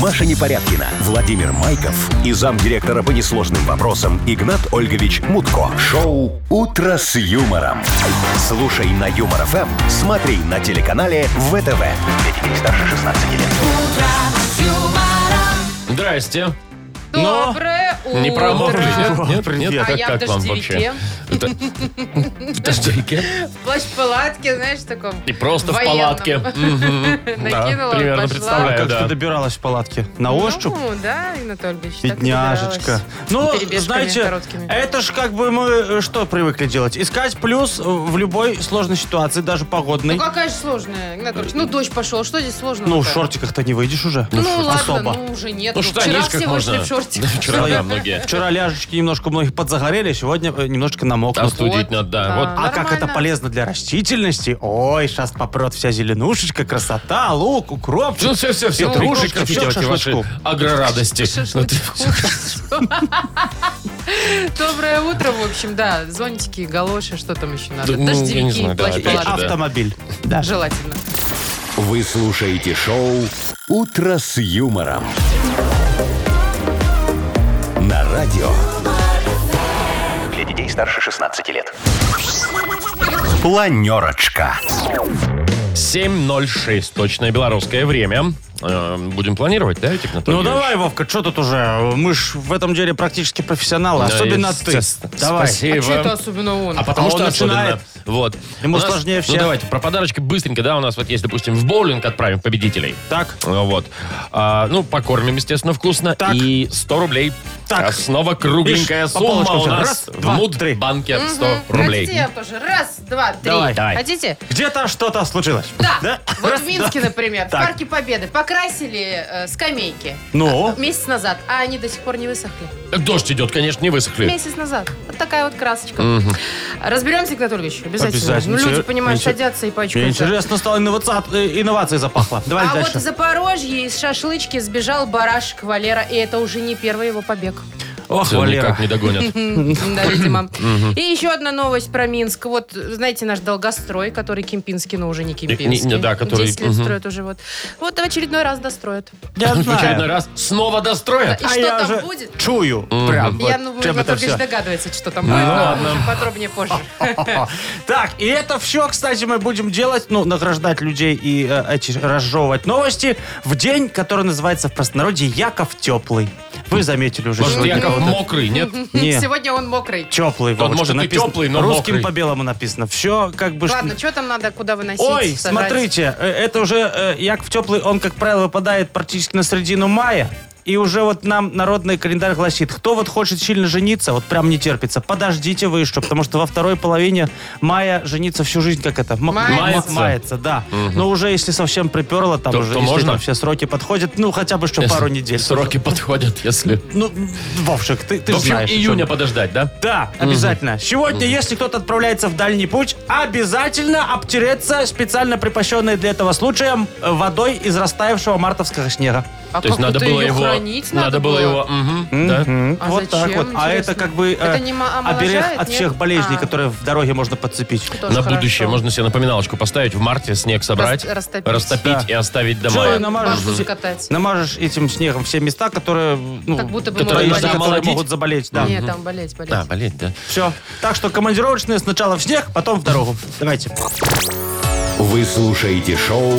Маша Непорядкина, Владимир Майков и замдиректора по несложным вопросам Игнат Ольгович Мутко. Шоу «Утро с юмором». Слушай на Юмор ФМ, смотри на телеканале ВТВ. Для детей старше 16 лет. Здрасте. Но Доброе утро. не промокли, нет? Нет, нет, А как, я в как вам дождевике. вообще? Это- В дождевике? Плащ палатки, знаешь, в таком. И просто в военном. палатке. Ну, Мгм. Накинула, Да, примерно пошла. представляю. А Как да. ты добиралась в палатке? На ощупь? Ну, да, Анатольевич. Бедняжечка. Ну, знаете, короткими. это ж как бы мы э, что привыкли делать? Искать плюс э, в любой сложной ситуации, даже погодной. Ну, какая же сложная, Игнатович. Ну, дождь пошел, что здесь сложного? Ну, в шортиках-то не выйдешь уже. Ну, ладно, Особо. ну, уже нет. Ну, Ну, вчера штанишках все можно. вышли в шортиках. Вчера, да, многие. Вчера ляжечки немножко у многих подзагорели, сегодня э, немножечко намокнут. Остудить надо, да. Вот. да. А как это Нормально. полезно для растительности? Ой, сейчас попрет вся зеленушечка, красота, лук, укропчик. Ну, все, все, все, Ну, трюшечки, шашлычки, все эти всё, ваши шашлычку. агрорадости. Доброе утро, в общем, да. Зонтики, галоши, что там еще надо? Да, ну, я не Дождевики, знаю, да, плащ И опять же, палатки. да. автомобиль. Да. Желательно. Вы слушаете шоу «Утро с юмором». На радио. Для детей старше 16 лет. Планерочка. 7.06, точное белорусское время. Э, Будем планировать, да, Витик Ну Анатольевич? давай, Вовка, что тут уже? Мы ж в этом деле практически профессионалы, Да, особенно ты. естественно. Давай. Спасибо. Что А это особенно он? А потому А что он особенно. начинает. Вот. Ему У нас- сложнее Ну всех. давайте, про подарочки быстренько, да, у нас вот есть, допустим, в боулинг отправим победителей. Так. Ну, Вот. А, ну, покормим, естественно, вкусно. Так. И 100 рублей. Так. А снова кругленькая Ишь, по сумма полочкам у всё. нас Раз, в два, муд три. банке 100 Мгм. А рублей. Хотите, я тоже. Раз, два, три. Давай. Давай. Хотите? Где-то что-то случилось. Да. Вот в Минске, да. например, в Так. Парке Победы покрасили э, скамейки Ну, месяц назад, а они до сих пор не высохли. Дождь идет, конечно, не Э. высохли. Месяц назад. Вот такая вот красочка. Разберемся, Игнат Ольгович, обязательно. Обязательно. Ну, люди, Интер- понимаешь, интер- садятся и мне пачкаются. интересно стало, инновация, инновации запахло. Давай а дальше. вот в Запорожье из шашлычки сбежал барашек Валера, и это уже не первый его побег. Ох, Всё, ну Валера. Никак не догонят. Да, видимо. И еще одна новость про Минск. Вот, знаете, наш долгострой, который кемпинский, но уже не кемпинский. не, да, который- 10 лет мгм. строят уже. Вот Вот в очередной раз достроят. Я В очередной знаю. раз снова достроят. И А что я там же будет? чую прям Я, вот, ну, чем это Игнат Ольгович все. догадывается, что там будет. но Ну, ладно. А, уже Подробнее позже. Так, и это все, кстати, мы будем делать, ну, награждать людей и э, эти разжевывать новости в день, который называется в простонародье Яков Теплый. Вы заметили уже Может, сегодня Яков кого-то? мокрый, нет? Не. Сегодня он мокрый. Теплый, Вовочка, может и написано. теплый, но Русским мокрый. по белому написано. Все как бы... ж- Ладно, что там надо, куда выносить? Ой, сажать? смотрите, э, это уже э, Яков Теплый, он, как правило, выпадает практически на середину мая. И уже вот нам народный календарь гласит, кто вот хочет сильно жениться, вот прям не терпится, подождите вы еще, потому что во второй половине мая жениться всю жизнь, как это, м- Мается. м- мается, да. Но уже если совсем приперло, там То- уже то если можно? там все сроки подходят, ну хотя бы что Если пару недель. Сроки подходят, если... Ну, Вовшик, ты, ты В же общем, знаешь. о чем июня подождать, да? да, обязательно. Сегодня, если кто-то отправляется в дальний путь, обязательно обтереться специально припасенной для этого случаем э, водой из растаявшего мартовского снега. А То есть как надо это было её его... хранить надо было его... мгм, да. М, А вот так зачем, вот. А интересно? это как бы э, Это не ма- оберег омоложает, от нет? всех болезней, А. которые в дороге можно подцепить. Тоже На хорошо. будущее можно себе напоминалочку поставить, в марте снег собрать, Рас- растопить. Да. и оставить А, до Всё, мая. и намажешь, Башку закатать. намажешь этим снегом все места, которые, ну, Как будто бы которые, можно из-за которых омолодить. могут заболеть. Да. Нет, там болеть, болеть. А, болеть, да. Все. Так что командировочные сначала в снег, потом в дорогу. Давайте. Вы слушаете шоу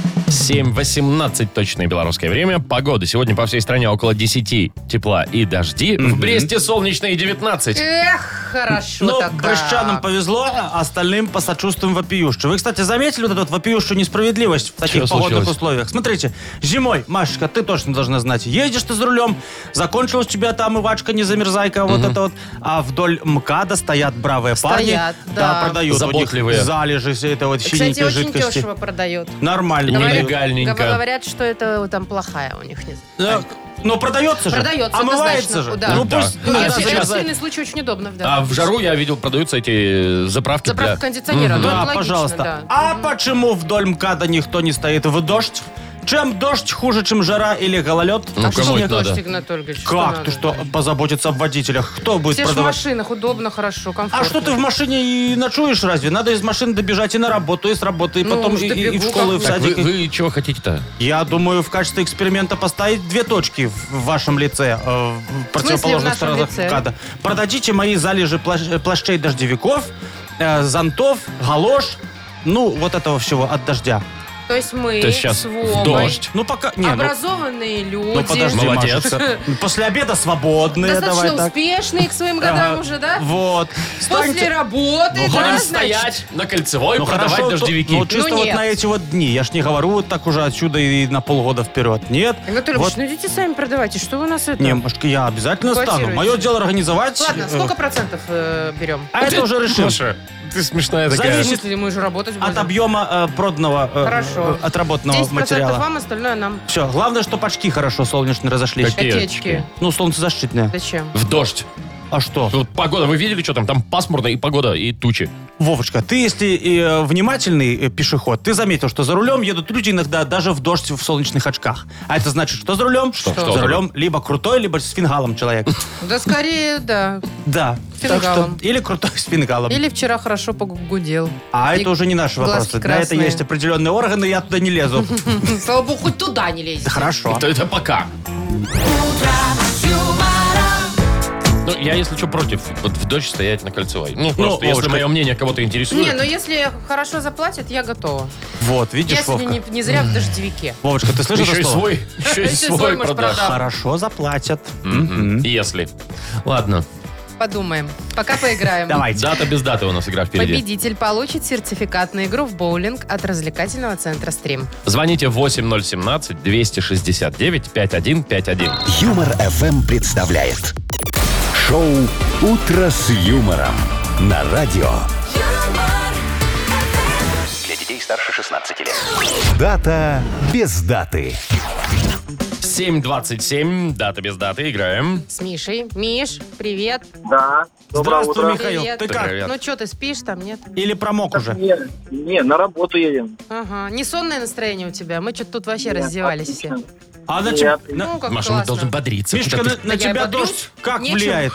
7.18 точное белорусское время. Погода сегодня по всей стране около 10 тепла и дожди. В Бресте солнечные 19. Эх, хорошо Ну, так. брещанам повезло, а остальным посочувствуем вопиющу. Вы, кстати, заметили вот эту вот вопиющую несправедливость в таких Чё погодных случилось? условиях? Смотрите, зимой, Машечка, ты точно должна знать, ездишь ты за рулем, закончилась у тебя там ивачка, не замерзайка, вот это вот, а вдоль МКАДа стоят бравые Стоят, парни. да. продают. У Заботливые. них залежи всей этой вот Кстати, синенькой очень жидкости. дешево продает. Нормально. Говорят- продают. Нелегальненько. гов- Говорят, что это э, там плохая у них. не А, знаю. Да, Но Ну, продается же. Продается Омывается же. однозначно, да. Ну, Да. пусть Ну, Ну, иногда это сейчас- замерзает. экстренный случай очень удобно, да. А в жару я видел, продаются эти э, заправки Заправка для... кондиционера. Мгм. Ну, Да, А, это логично, пожалуйста. да. А почему вдоль МКАДа никто не стоит в дождь? Чем дождь хуже, чем жара или гололед? Ну, а кому что мне это надо? дождь, Игнат Ольгович? Как? надо? Ты что, позаботиться об водителях? Кто будет Все ж в продавать? машинах, удобно, хорошо, комфортно. А что ты в машине и ночуешь разве? Надо из машины добежать и на работу, и с работы, и Ну, потом уж и, и- и в добегу школу, и в как-нибудь. Так, вы, садик. вы чего хотите-то? Я думаю, в качестве эксперимента поставить две точки в вашем лице, э, в противоположных нашем сторонах лице? МКАДа. Продадите мои залежи плащ- э, плащей дождевиков, э, зонтов, галош, ну, вот этого всего от дождя. То есть мы То есть сейчас с в Вовой, дождь. Ну, пока... Не, ну- образованные люди, ну, подожди, Молодец. Машечка. После обеда свободные, достаточно давай так. успешные к своим годам Ага, уже, да? Вот. После Станьте- работы, Ну, да, Будем ходим значит? стоять на кольцевой, Ну продавать хорошо, то- дождевики. ну чисто Ну, вот нет. на эти вот дни. Я ж не говорю вот так уже отсюда и на полгода вперед. Нет. Анатолий Ильич, вот, ну идите сами продавайте, что вы у нас это... не, Машка, я обязательно стану. Блокируйте. Мое дело организовать. Ладно, э, сколько процентов э, берем? А это уже решим. Маша, ты смешная такая. В Зависит смысле, мы же работать будем. э, От объема э, проданного, э, Хорошо. э, отработанного 10% материала. вам, остальное нам. Все, главное, что очки хорошо солнечные разошлись. Какие? Отечки. Ну, солнцезащитные. Зачем? В дождь. А что? Тут погода, вы видели, что там? Там пасмурно и погода, и тучи. Вовочка, ты, если э, внимательный э, пешеход, ты заметил, что за рулем едут люди иногда даже в дождь в солнечных очках. А это значит, что за рулем? Что? Что за За рулем либо крутой, либо с фингалом человек. Да скорее, да. Да. С Так что, фингалом. или крутой с фингалом. Или вчера хорошо погудел. А И это уже не наши глазки вопросы. На это красные. есть определенные органы, я туда не лезу. Хм, Слава богу, хоть туда не лезь. Да Хорошо. Это, это пока. Ну, я, если что, против вот в дождь стоять на кольцевой. Ну, просто, если Вовочка. мое мнение кого-то интересует. Не, ну если хорошо заплатят, я готова. Вот, Я видишь, сегодня не, Вовка. не зря в дождевике. Вовочка, ты слышишь, еще и свой, еще и Еще и свой, свой может, продашь. продам. Хорошо заплатят. Мгм. Мгм. Если. Ладно, Подумаем. Пока поиграем. Давайте. дата без даты у нас игра впереди. Победитель получит сертификат на игру в боулинг от развлекательного центра «Стрим». Звоните 8017-269-5151. Юмор FM представляет шоу Утро с юмором на радио. Для детей старше 16 лет. Дата без даты. 7.27, дата без даты, играем. С Мишей. Миш, привет. Да. Доброе Здравствуй, утро. Михаил. Привет. Ты как? Привет. Ну что, ты спишь там, нет? Или промок уже? Не, не, на работу едем. Ага. Не сонное настроение у тебя? Мы что-то тут вообще Нет, раздевались все. отлично. А на Нет. тебя... Ну, как Маша, классно. ну должен бодриться. Мишка, Куда на, ты- Да на я тебя бодрюсь. дождь как Нечем. влияет?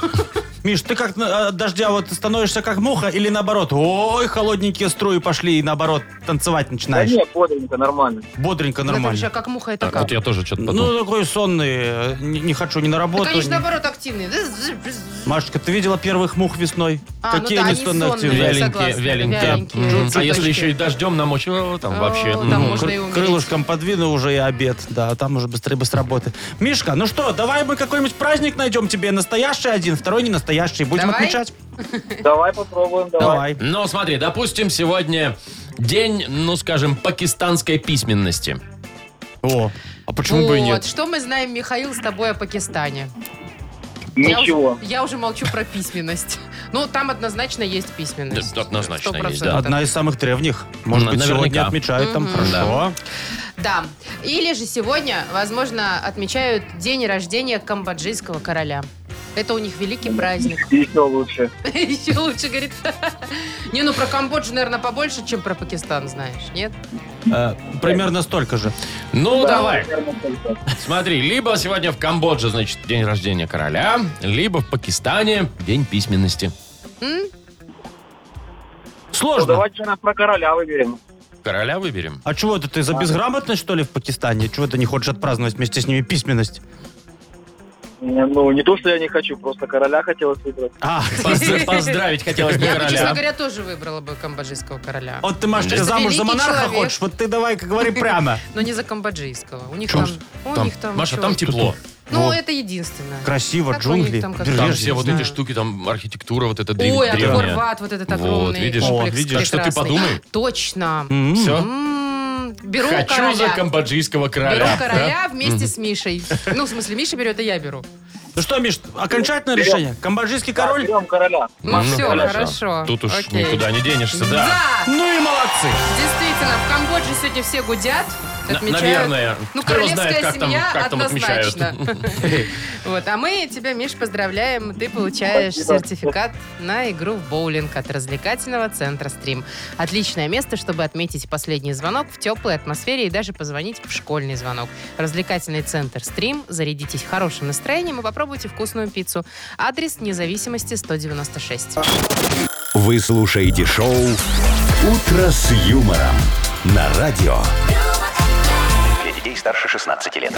Миш, ты как на- от дождя вот становишься как муха или наоборот? Ой, холодненькие струи пошли и наоборот танцевать Да начинаешь. не, бодренько, нормально. Бодренько, Ну, это вообще нормально. как муха, это Так, как? вот я тоже что-то подумал. Ну, такой сонный, э, не, не хочу ни на Ты, работу. конечно, ни- наоборот, активный. Машечка, ты видела первых мух весной? А, ну Какие да, они они сонные сонные. активные? Вяли- Вяленькие, согласна, вяленькие. вяленькие. Мгм. А Чуточки. если еще и дождем намочило, там О, вообще... ну. там мгм. можно и умереть. Крылышком подвину уже и обед. Да, там уже быстрее быстро работы. Мишка, ну что, давай мы какой-нибудь праздник найдем тебе. Настоящий один, второй не настоящий. Будем Давай. отмечать? Давай попробуем, давай. Давай. Ну, смотри, допустим, сегодня день, ну, скажем, пакистанской письменности. О, а почему бы и вот, нет? что мы знаем, Михаил, с тобой о Пакистане? Я Ничего. уже- Я уже молчу про письменность. Ну, там однозначно есть письменность. Да, однозначно Сто есть, процентов. Одна из самых древних. Может Ну, быть, сегодня наверняка. отмечают там. Мгм. Хорошо. Да. Или же сегодня, возможно, отмечают день рождения камбоджийского короля. Это у них великий праздник. Еще лучше. Еще лучше, говорит. Не, ну про Камбоджу, наверное, побольше, чем про Пакистан знаешь, нет? Э, примерно столько же. Ну, Да, давай, наверное, только. смотри, либо сегодня в Камбодже, значит, день рождения короля, либо в Пакистане день письменности. М? Ну, Сложно. давайте на про короля выберем. Короля выберем. А чего это? Ты за безграмотность, что ли, в Пакистане? Чего ты не хочешь отпраздновать вместе с ними письменность? Не, Ну, не то, что я не хочу, просто короля хотелось выбрать. А, Позд- Поздравить хотелось бы Я бы, честно короля. говоря, тоже выбрала бы камбоджийского короля. вот ты, Машечка, Это замуж за великий монарха человек. хочешь? Вот ты давай говори прямо. Но не за камбоджийского. У них Чё там... ж у Там- них там Маша, чё? там тепло. Ну, Вот. это единственное. Красиво, Как у них джунгли. там как-то? бережье, Там Прежде, все не вот знаю. эти штуки, там архитектура вот эта древ- Ой, а древняя. Горват, вот этот Вот, огромный видишь? О, комплекс видишь? Так что ты прекрасный. подумай. Точно. М. Все. М, Беру Хочу за короля. камбоджийского Беру короля. да? короля вместе с Мишей. Ну, в смысле, Миша берет, а я беру. Ну что, Миш, окончательное решение? Камбоджийский король? Берем короля. Ну, Ну, все, хорошо. хорошо. Тут уж Окей. никуда не денешься, да. Да, Ну и молодцы. действительно, в Камбодже сегодня все гудят. На- отмечают. наверное. Ну, Кто королевская знает, как там- семья как там отмечают. однозначно. Вот, а мы тебя, Миш, поздравляем. Ты получаешь Спасибо. сертификат на игру в боулинг от развлекательного центра «Стрим». Отличное место, чтобы отметить последний звонок в теплой атмосфере и даже позвонить в школьный звонок. Развлекательный центр «Стрим». Зарядитесь хорошим настроением и попробуйте вкусную пиццу. Адрес независимости 196. Вы слушаете шоу «Утро с юмором» на радио. Для детей старше 16 лет.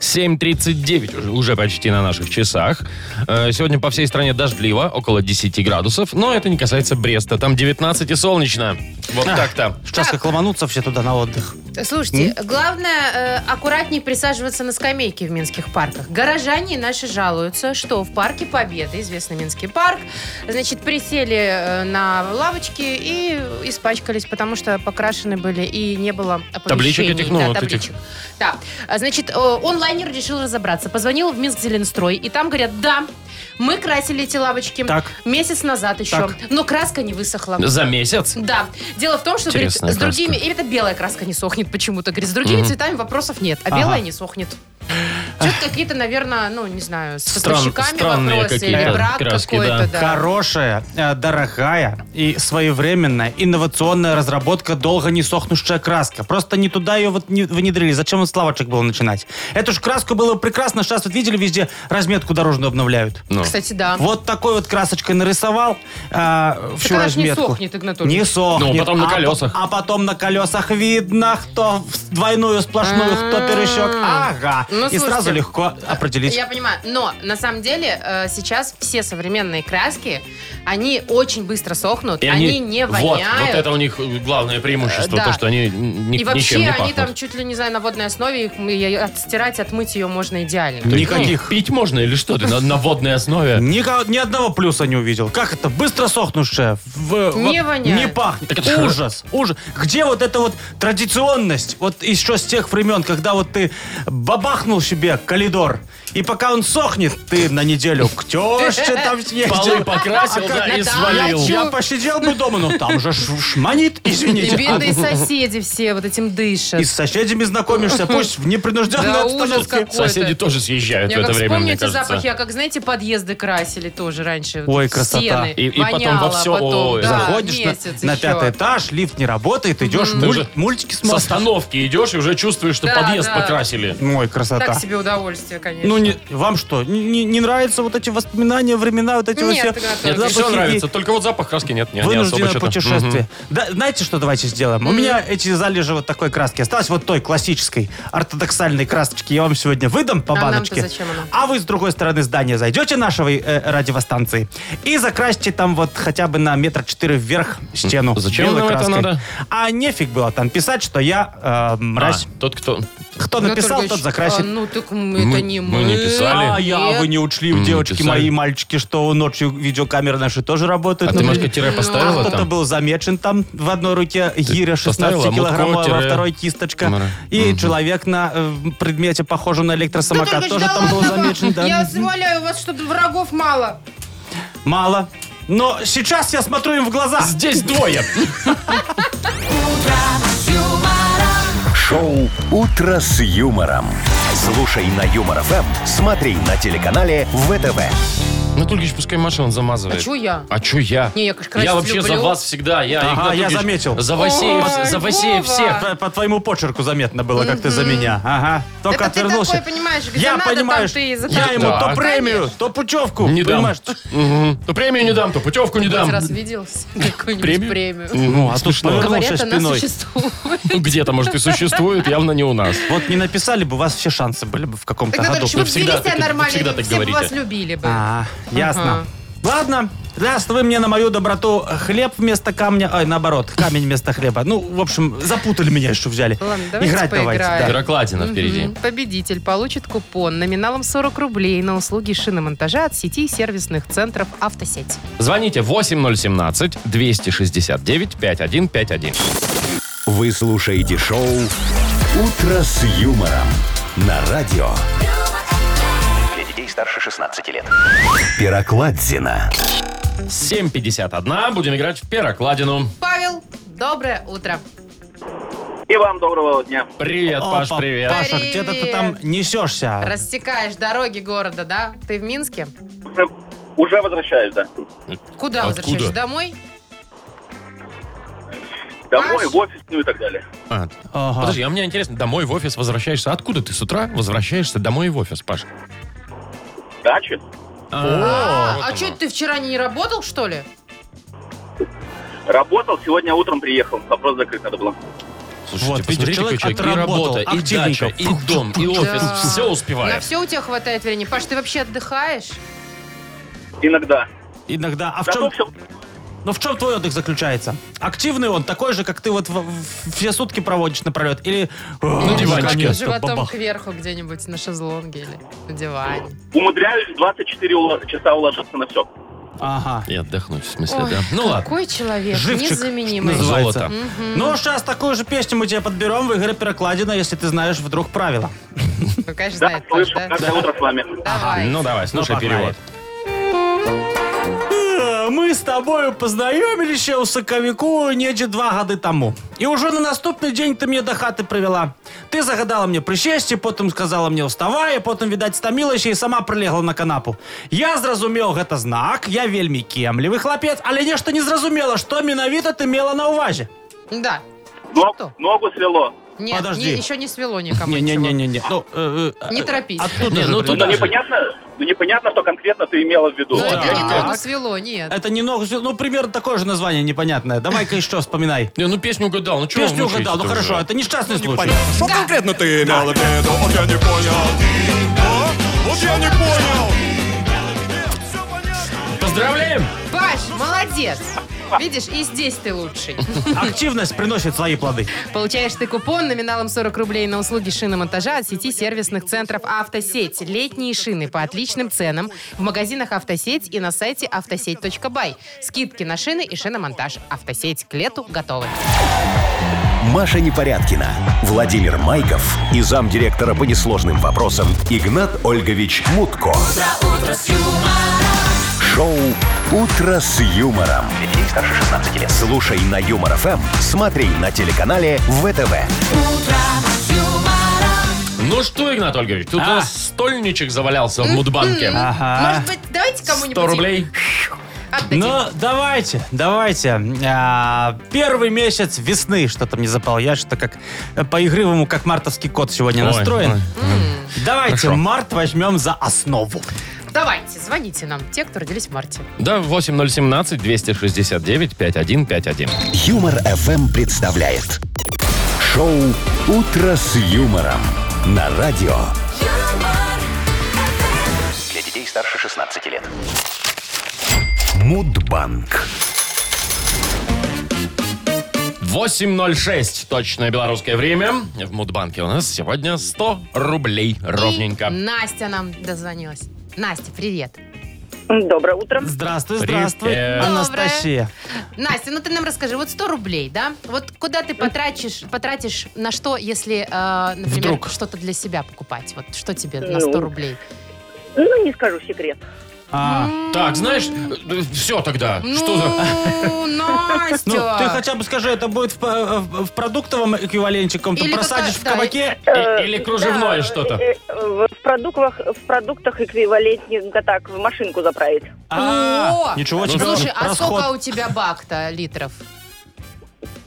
7.39 уже, уже почти на наших часах. Э, Сегодня по всей стране дождливо, около 10 градусов. Но это не касается Бреста. Там 19 и солнечно. Вот А. так-то. Сейчас как ломанутся все туда на отдых. Слушайте, главное э, аккуратнее присаживаться на скамейке в минских парках. Горожане наши жалуются, что в парке Победы, известный Минский парк, значит, присели э, на лавочки и испачкались, потому что покрашены были и не было оповещений. Табличек этих, ну, да, вот табличек. Да. А, Значит, э, онлайнер решил разобраться. Позвонил в Минск Зеленстрой, и там говорят, да, мы красили эти лавочки Так. месяц назад еще, Так. но краска не высохла. За месяц? Да. Дело в том, что говорит, Интересная с другими... краска. Или это белая краска не сохнет почему-то. Говорит, с другими цветами вопросов нет, а Ага. белая не сохнет. Что-то какие-то, наверное, ну, не знаю, с Стран- поставщиками странные вопросы. Или какие-то брак краски, какой-то, да. Хорошая, э, дорогая и своевременная инновационная разработка долго не сохнущая краска. Просто не туда ее вот не- внедрили. Зачем вот с лавочек было начинать? Эту же краску было прекрасно. Сейчас вот видели везде разметку дорожную обновляют. Ну. Кстати, да. Вот такой вот красочкой нарисовал э, всю она ж не разметку. сохнет, Игнатольевич. Не сохнет. Ну, потом на А по- колесах. А, потом на колесах видно, кто в двойную сплошную, кто перещек. Ага. Ну, И сразу слушайте, легко определить. Я понимаю, но на самом деле э, сейчас все современные краски, они очень быстро сохнут, И они, не вот, воняют. Вот, это у них э, главное преимущество, Э, да. то, что они н- ни- и вообще ничем не они пахнут. там чуть ли не знаю, на водной основе, их м- и отстирать, отмыть ее можно идеально. То есть никаких. Пить можно или что ты на, на водной основе? Никого- ни одного плюса не увидел. Как это? Быстро сохнувшая. в- Не в- воняет. Не пахнет. Так это ж- ужас, ужас. Где вот эта вот традиционность? Вот еще с тех времен, когда вот ты бабахнул себе коридор, и пока он сохнет, ты на неделю к теще там Полы съездил. покрасил, А да, как и на свалил. дачу? Я посидел бы дома, но там же ш- шманит, И извините. бедные соседи все вот этим А дышат. И с соседями знакомишься, пусть в непринужденной Да ужас обстановке. какой. Соседи какой-то. тоже съезжают Я в это как время, мне вспомните кажется. запахи, а как, знаете, подъезды красили тоже раньше. Стены Ой, красота. И- и потом воняло, во всё, потом, ой, да, Заходишь на- месяц на, еще. пятый этаж, лифт не работает, идешь, Ты муль- уже мультики С смотришь. остановки идешь и уже чувствуешь, что Да, подъезд да. покрасили. Ой, красота. а. Так себе удовольствие, конечно. Ну, не, вам что, не, не нравятся вот эти воспоминания, времена, вот эти вот Нет, все... Игнат Нет, Запахи все и нравится, только вот запах краски нет. нет не особо Вынужденное что-то. путешествие. Мгм. Да, знаете, что давайте сделаем? У меня эти залежи вот такой краски осталось, вот той классической ортодоксальной красочки. Я вам сегодня выдам по А нам-то баночке. зачем она? А вы с другой стороны здания зайдете нашего э, радиостанции и закрасьте там вот хотя бы на метр четыре вверх стену. Зачем белой нам это краской. надо? А нефиг было там писать, что я э, А, мразь. тот, кто... Кто Игнат написал, Ольгович, тот закрасит. а, ну, так мы, Мы- это не мы мы. не писали. А, я, Нет. вы не учли, М, девочки писали. мои, мальчики, что ночью видеокамеры наши тоже работают. А ты, Ну, Машка, тире а поставила кто-то там? был замечен там в одной руке гиря поставила 16 килограммовая, мутко, во тире, второй кисточка. камера. И человек на э, предмете, похожем на Да электросамокат, Ну, только тоже ждала там был этого. замечен. да. Я умоляю вас, что врагов мало. Мало. Но сейчас я смотрю им в глаза. Здесь двое. Шоу «Утро с юмором». Слушай на Юмор ФМ, смотри на телеканале ВТВ. Ну, Тульгич, пускай машину замазывает. А чё я? А чё я? Не, я как красить Я вообще за люблю. вас всегда. Я, Ага, Игнат я Тульгич, заметил. За Васеев, Ой, за Васеев Вова. всех. По, по твоему почерку заметно было, как ты за меня. Ага. Только Это ты отвернулся. такой, понимаешь, где я надо, там понимаю, ты и за- я ему Да. то премию, то путевку. Не дам. понимаешь? Мгм. То премию не дам, то путевку не Хоть дам. раз виделся. Какую-нибудь Премию? премию. Ну, а тут повернулся Говорят, она спиной. существует. Ну, Где-то, может, и существует, явно не у нас. Вот не написали бы, у вас все шансы были бы в каком-то Тогда году. дальше вы всегда вели себя так- нормально, всегда так все бы говорите. вас любили бы. А, ясно. Ладно, раз вы мне на мою доброту хлеб вместо камня, ой, наоборот, камень вместо хлеба. Ну, в общем, запутали меня еще взяли. Ладно, давайте Играть поиграем. давайте. да. Бюрокладина впереди. Мгм. Победитель получит купон номиналом 40 рублей на услуги шиномонтажа от сети сервисных центров «Автосеть». Звоните 8017-269-5151. Вы слушаете шоу «Утро с юмором» на радио Для детей старше 16 лет. Пирокладзина. 751. Будем играть в перокладину. Павел, доброе утро. И вам доброго дня. Привет, О, Паш, па- привет. Паша, где-то ты там А. несешься. Рассекаешь дороги города, да? Ты в Минске? Уже- Уже возвращаюсь, да. Куда Откуда? возвращаешься? Домой? Домой, Паш? в офис, ну и так далее. А, Ага. Подожди, а мне интересно, домой в офис возвращаешься? Откуда ты с утра возвращаешься домой в офис, Паш? Дачи? А, а вот а что оно. ты вчера не работал, что ли? Работал, сегодня утром приехал. Вопрос закрыт надо было. Слушайте, Вот, видите, посмотрите, человек, человек и работа, отработал, и дача, и активненько. дом, и офис, Да. все На успевает. все у тебя хватает времени. Паш, ты вообще отдыхаешь? Иногда. Иногда. А в Зато чем, все ну, в чем твой отдых заключается? Активный он, такой же, как ты вот в- в- все сутки проводишь напролет? Или... На диванчике. наконец-то, Животом бабах. кверху где-нибудь на шезлонге или на диване. умудряюсь 24 ула- часа уложиться на все. Ага. И отдохнуть, в смысле, Ой, да. Ну ладно, Какой человек Живчик незаменимый. называется. золото. Ну, сейчас такую же песню мы тебе подберем в игре «Перекладина», если ты знаешь вдруг правила. Ну, конечно, Да, знает Паш, слышу, да? каждое утро с вами. Давай. Ну давай, слушай Ну, погнали. перевод. Э, Мы с тобою познайомились ще у соковику недзе два гады таму. І ўжо на наступны дзень ты мне да хаты прывяла. Ты загадала мне прысесці, потым сказала мне ўставай, а потым відаць стамілася і сама прылегла на канапу. Я зразумеў гэта знак, я вельмі кемлівы хлапец, але нешта не зразумела, што менавіта ты мела на ўвазе. Да. Ног- Что? ногу свело. Нет, Подожди. не- еще не свело никому ничего. Не-не-не-не. Ну, э, э, Не торопись. Оттуда Не, же ну, прилетело. туда Ну, Даже. непонятно, ну, непонятно, что конкретно ты имела в виду. Ну, Да. это не Так. ногу свело, нет. Это не ногу, ну, примерно такое же название непонятное. Давай-ка еще вспоминай. Не, ну песню угадал, ну чего Песню угадал, ну хорошо, это несчастный случай. Что Да. конкретно Ну, ты имела в виду? Вот я не понял. А? Вот я не понял. Поздравляем! Паш, молодец. Видишь, и здесь ты лучший. Активность приносит свои плоды. Получаешь ты купон номиналом 40 рублей на услуги шиномонтажа от сети сервисных центров «Автосеть». Летние шины по отличным ценам в магазинах «Автосеть» и на сайте автосеть.бай. Скидки на шины и шиномонтаж. «Автосеть» к лету готовы. Маша Непорядкина, Владимир Майков и замдиректора по несложным вопросам Игнат Ольгович Мутко. Шоу Утро с юмором. Для детей старше 16 лет. Слушай на Юмор ФМ, смотри на телеканале ВТВ. Ну что, Игнат Ольгович, тут у А. нас стольничек завалялся в Мудбанке. Ага. Может быть, давайте кому-нибудь 100 рублей. отдадим. Ну, давайте, давайте. А, первый месяц весны. Что-то мне запал. Я что-то как э, по-игривому, как мартовский кот сегодня Ой, настроен. ой. Давайте Хорошо. март возьмем за основу. Давайте, звоните нам, те, кто родились в марте. Да, 8017-269-5151. Юмор ФМ представляет шоу Утро с юмором на радио. Для детей старше 16 лет. Мудбанк. 8.06, точное белорусское время. В Мудбанке у нас сегодня 100 рублей ровненько. И Настя нам дозвонилась. Настя, привет. Доброе утро. Здравствуй, здравствуй, Привет. Анастасия. Настя, ну ты нам расскажи, вот 100 рублей, да? Вот куда ты потратишь, потратишь на что, если, э, например, Вдруг. что-то для себя покупать? Вот что тебе на 100 Ну. рублей? Ну, не скажу секрет. А, Так, знаешь, все тогда. Что за... Ну, Настя! ну, ты хотя бы скажи, это будет в, э, в- в продуктовом эквиваленте каком-то. Или Просадишь какая- в да, кабаке. Э, И- или кружевное Э, Да, что-то. э, э, В в продуктах, в продуктах эквивалентненько так, в машинку заправить. А, О! ничего себе. Слушай, а расход. сколько у тебя бак-то литров?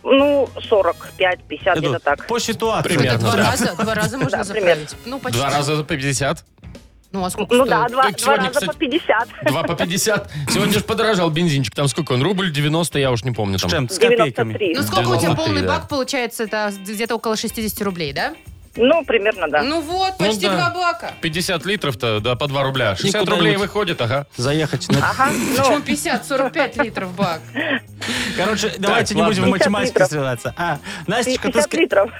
Ну, 45, 50, Иду. где-то так. По ситуации. Примерно. Два да. раза? Два раза можно Да, заправить? Ну, почти. Два раза по 50? Ну, а сколько Ну стоит? да, два, Так два Э, сегодня, раза кстати- по 50. Два по 50. Сегодня же подорожал бензинчик. Там сколько он? Рубль 90, я уж не помню. С Там. чем? С копейками. 93. Ну, сколько у тебя 93, полный да. бак получается? Это где-то около 60 рублей, да? Ну, примерно, да. Ну вот, Ну почти да. два бака. 50 литров-то, да, по 2 рубля. 60 Никуда рублей не- выходит, ага. Заехать на Ага, Почему ну, 50? 45 литров бак. Короче, давайте не ладно. будем в 50 математике литров. срываться. А, Настечка, ты 50 ска- литров.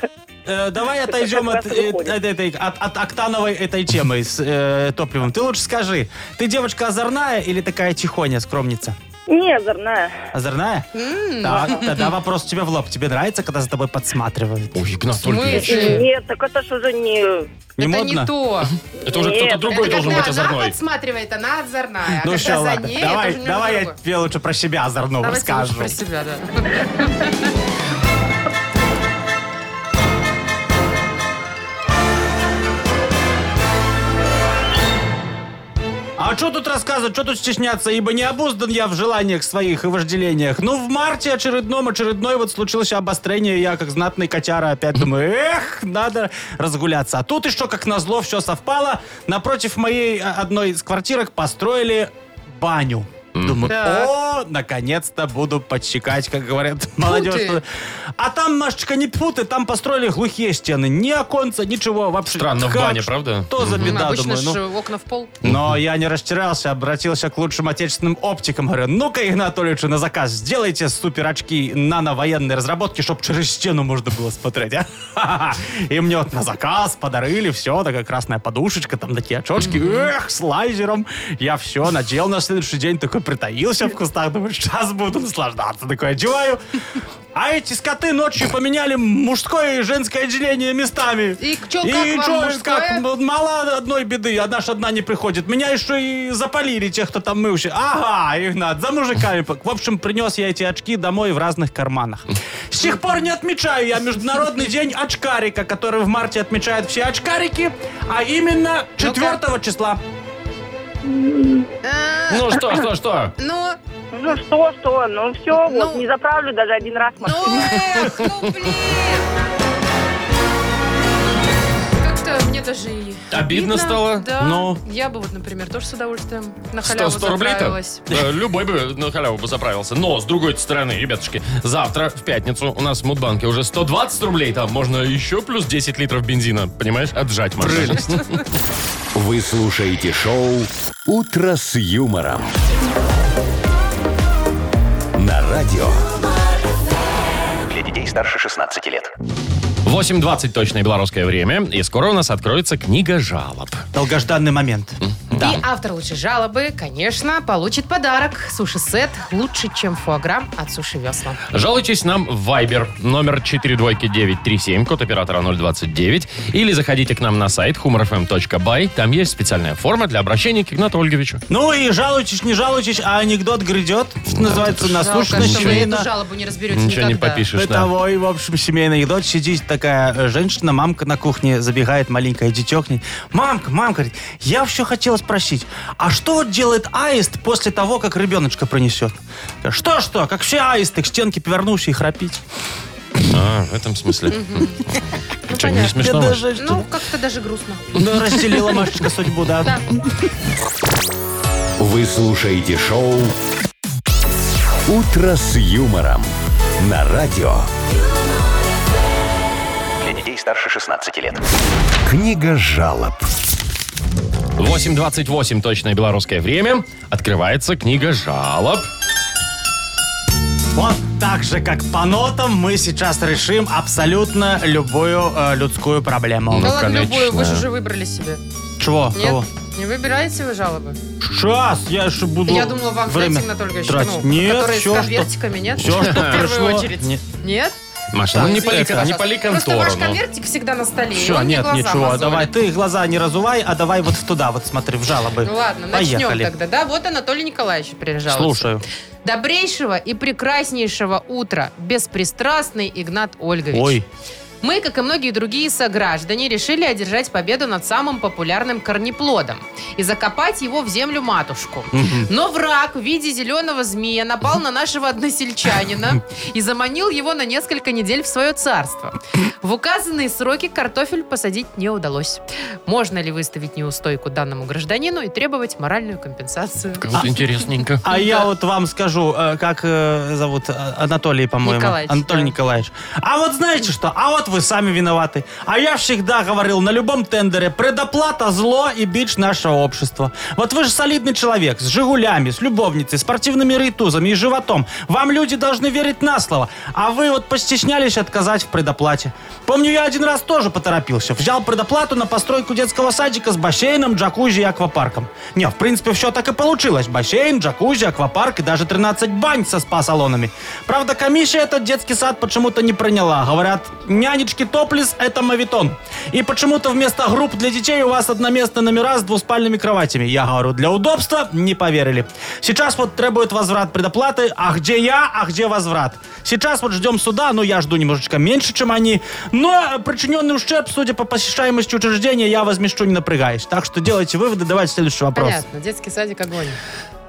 э, давай отойдем от, раз э, выходит. от этой- от- от октановой этой темы с э, топливом. Ты лучше скажи, ты девочка озорная или такая тихоня, скромница? Не, озорная. Озорная? Так, тогда вопрос тебе в лоб. Тебе нравится, когда за тобой подсматривают? Ой, Игнат смысле? Ольгович, Э. Нет, так это ж уже не... это Не модно? не то. это уже кто-то Нет, другой это должен когда быть Она озорной. подсматривает, она озорная. а Ну все, когда за ладно. ней, давай, это уже давай я немного. тебе лучше про себя озорного Давайте лучше расскажу. про себя, да. что А тут рассказывать, что тут стесняться, ибо не обуздан я в желаниях своих и вожделениях. Ну, в марте очередном, очередной вот случилось обострение, и я как знатный котяра опять думаю, эх, надо разгуляться. А тут еще, как назло, все совпало. Напротив моей а, одной из квартирок построили баню. Думаю, Так. о, наконец-то буду подщекать, как говорят молодежь. А там, Машечка, не путы, там построили глухие стены. Ни оконца, ничего вообще. Странно в Как? бане, правда? Что за Ну, беда, Обычно думаю? ну? же окна в пол. Но я не растерялся, обратился к лучшим отечественным оптикам. Говорю, ну-ка, Игнатольевичу, на заказ сделайте супер очки нано-военной разработки, чтобы через стену можно было смотреть. а? И мне вот на заказ подарили все, такая красная подушечка, там такие очочки, эх, с лазером. Я все надел на следующий день, такой притаился в кустах, думаю, сейчас буду наслаждаться. Такой одеваю. А эти скоты ночью поменяли мужское и женское отделение местами. И чё, как вам чё, мужское? как, вот мало одной беды, одна ж одна не приходит. Меня еще и запалили тех, кто там мылся. Ага, Игнат, за мужиками. пок- В общем, принес я эти очки домой в разных карманах. С тех пор не отмечаю я Международный день очкарика, который в марте отмечают все очкарики, а именно 4 числа. А, Ну что, что, что? Ну, Ну что, что, ну все, Ну. вот не заправлю даже один раз машину. ну, эх, ну, блин. Как-то мне даже и Обидно стало? Да. Ну. Я бы вот, например, тоже с удовольствием на 100, халяву 100 рублей-то? заправилась. Да, любой бы на халяву бы заправился. Но, с другой стороны, ребятушки, завтра, в пятницу, у нас в Мудбанке уже 120 рублей. Там можно еще плюс 10 литров бензина, понимаешь, отжать можно. Вы слушаете шоу «Утро с юмором». На радио. Для детей старше 16 лет. 8.20 точное белорусское время. И скоро у нас откроется книга жалоб. Долгожданный момент. И автор лучшей жалобы, конечно, получит подарок. Суши-сет лучше, чем фуагра от Суши Весла. Жалуйтесь нам в Viber номер 42937, код оператора 029. Или заходите к нам на сайт humorfm.by. Там есть специальная форма для обращения к Игнату Ольговичу. Ну и жалуйтесь, не жалуйтесь, а анекдот грядет. Что называется, Жалко, насущно, что вы семейно. эту жалобу не разберете Ничего не никогда. попишешь, да. Бытовой, в общем, семейный анекдот. Сидит такая э, женщина, мамка на кухне, забегает маленькая дитё к ней. Мамка, мамка, говорит, я все хотела спросить, а что вот делает аист после того, как ребеночка принесет? Что-что, как все аисты, к стенке повернулся и храпить. А, в этом смысле. Что, не понятно. смешно? Я Маш? даже- Ну, как-то даже грустно. Ну, разделила Машечка судьбу, да. Да. Вы слушаете шоу «Утро с юмором». На радио. Для детей старше 16 лет. Книга жалоб. 8.28 точное белорусское время. Открывается книга жалоб. Вот так же, как по нотам, мы сейчас решим абсолютно любую э, людскую проблему. Да ладно, любую, вы Ну, же конечно. уже выбрали себе. Чего? Нет? Кого? Не выбираете вы жалобы? Сейчас, я еще буду Я думала, вам, время знаете, Анатолий тратить. Ильич, Нет, которые с всё, что- конвертиками, нет? всё, что в первую пришло. очередь. Не- Нет? Маша, ну не пали, Извините, не пожалуйста. пали Просто контору. ваш ну. конвертик всегда на столе, и Все, он мне нет, глаза ничего, мозолит. давай, ты глаза не разувай, а давай вот туда, вот смотри, в жалобы. Ну ладно, начнем Поехали. тогда. Да, вот Анатолий Николаевич прижался. Слушаю. Добрейшего и прекраснейшего утра, беспристрастный Игнат Ольгович. Ой, Мы, как и многие другие сограждане, решили одержать победу над самым популярным корнеплодом и закопать его в землю матушку. Но враг в виде зеленого змея напал на нашего односельчанина и заманил его на несколько недель в свое царство. В указанные сроки картофель посадить не удалось. Можно ли выставить неустойку данному гражданину и требовать моральную компенсацию? Как будто интересненько. а я вот вам скажу, э, как э, зовут э, Анатолий, по-моему. Николаевич, Анатолий да. Николаевич. А вот знаете что? А вот вы сами виноваты. А я всегда говорил на любом тендере, предоплата зло и бич нашего общества. Вот вы же солидный человек, с жигулями, с любовницей, спортивными рейтузами и животом. Вам люди должны верить на слово. А вы вот постеснялись отказать в предоплате. Помню, я один раз тоже поторопился. Взял предоплату на постройку детского садика с бассейном, джакузи и аквапарком. Не, в принципе, все так и получилось. Бассейн, джакузи, аквапарк и даже 13 бань со спа-салонами. Правда, комиссия этот детский сад почему-то не приняла. Говорят, ня Танечки Топлис – это мавитон. И почему-то вместо групп для детей у вас одноместные номера с двуспальными кроватями. Я говорю, для удобства не поверили. Сейчас вот требует возврат предоплаты. А где я, а где возврат? Сейчас вот ждем суда, но я жду немножечко меньше, чем они. Но причиненный ущерб, судя по посещаемости учреждения, я возмещу, не напрягаясь. Так что делайте выводы, давайте следующий вопрос. Понятно, детский садик огонь.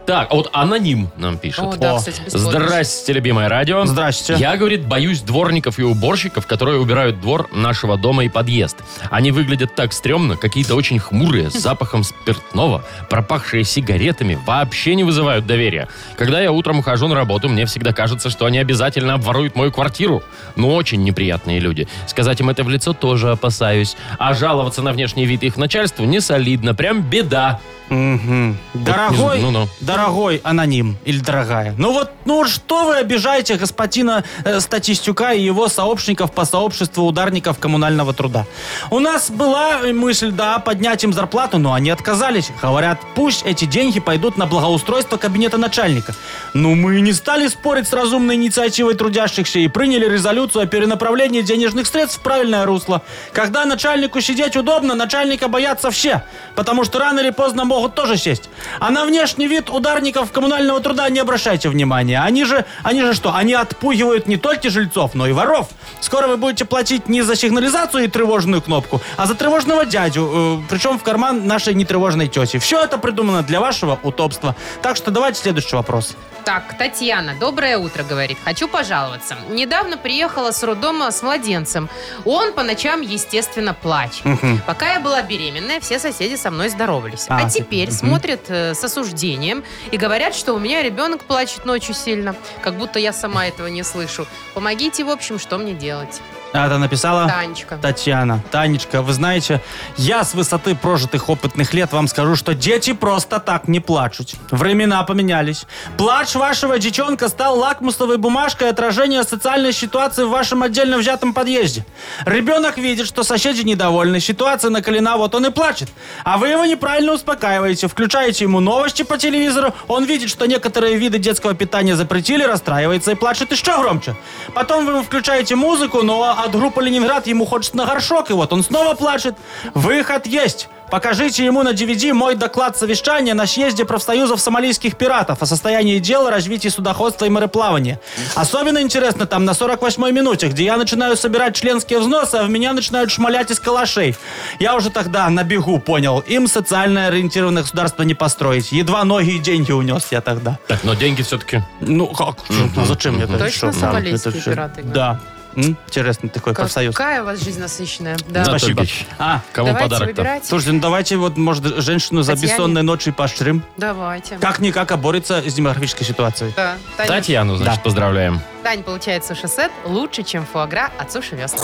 Так, а вот аноним нам пишет. О, да, О. кстати, бесплатно. Здрасте, любимое радио. Здрасте. Я, говорит, боюсь дворников и уборщиков, которые убирают двор нашего дома и подъезд. Они выглядят так стрёмно, какие-то очень хмурые, с запахом спиртного, пропахшие сигаретами, вообще не вызывают доверия. Когда я утром ухожу на работу, мне всегда кажется, что они обязательно обворуют мою квартиру. Но очень неприятные люди. Сказать им это в лицо тоже опасаюсь. А жаловаться на внешний вид их начальству не солидно. Прям беда. Мгм. Дорогой, ну-ну. дорогой аноним или дорогая. Ну вот, ну что вы обижаете господина э, Статистюка и его сообщников по сообществу ударников коммунального труда? У нас была мысль, да, поднять им зарплату, но они отказались. Говорят, пусть эти деньги пойдут на благоустройство кабинета начальника. Ну мы и не стали спорить с разумной инициативой трудящихся и приняли резолюцию о перенаправлении денежных средств в правильное русло. Когда начальнику сидеть удобно, начальника боятся все, потому что рано или поздно могут тоже сесть. А на внешний вид ударников коммунального труда не обращайте внимания. Они же, они же что? Они отпугивают не только жильцов, но и воров. Скоро вы будете платить не за сигнализацию и тревожную кнопку, а за тревожного дядю, э, причем в карман нашей нетревожной тети. Все это придумано для вашего удобства. Так что давайте следующий вопрос. Так, Татьяна, доброе утро, говорит. Хочу пожаловаться. Недавно приехала с роддома с младенцем. Он по ночам, естественно, плачет. Пока я была беременная, все соседи со мной здоровались. А, А, ты- теперь мгм. смотрят э, с осуждением и говорят, что у меня ребенок плачет ночью сильно. Как будто я сама этого не слышу. Помогите, в общем, что мне делать? А, Она написала... Танечка. Татьяна, Танечка, вы знаете, я с высоты прожитых опытных лет вам скажу, что дети просто так не плачут. Времена поменялись. Плач вашего детенка стал лакмусовой бумажкой отражения социальной ситуации в вашем отдельно взятом подъезде. Ребенок видит, что соседи недовольны, ситуация накалена, вот он и плачет. А вы его неправильно успокаиваете, включаете ему новости по телевизору, он видит, что некоторые виды детского питания запретили, расстраивается и плачет еще громче. Потом вы ему включаете музыку, но ну, а от группы Ленинград ему хочется на горшок, и вот он снова плачет. Выход есть. Покажите ему на DVD мой доклад совещания на съезде профсоюзов сомалийских пиратов о состоянии дела, развитии судоходства и мореплавания. Особенно интересно там на 48-й минуте, где я начинаю собирать членские взносы, а в меня начинают шмалять из калашей. Я уже тогда на бегу понял, им социально ориентированное государство не построить. Едва ноги и деньги унес я тогда. Так, но деньги все-таки... Ну как? Ну, зачем мне это? Точно Что там? сомалийские Это что? пираты, говорят? Да. М, Интересный такой профсоюз. Какая у вас жизнь насыщенная. Да. Анатолий Спасибо. Ильич, А, Кому Давайте подарок-то? выбирать. слушайте, ну давайте вот, может, женщину за Татьяне? бессонной ночью поощрим. Давайте. Как-никак оборется с демографической ситуацией. Да. Таня- Татьяну, значит, Да. поздравляем. Тань получает суши-сет лучше, чем фуагра от Суши Вест.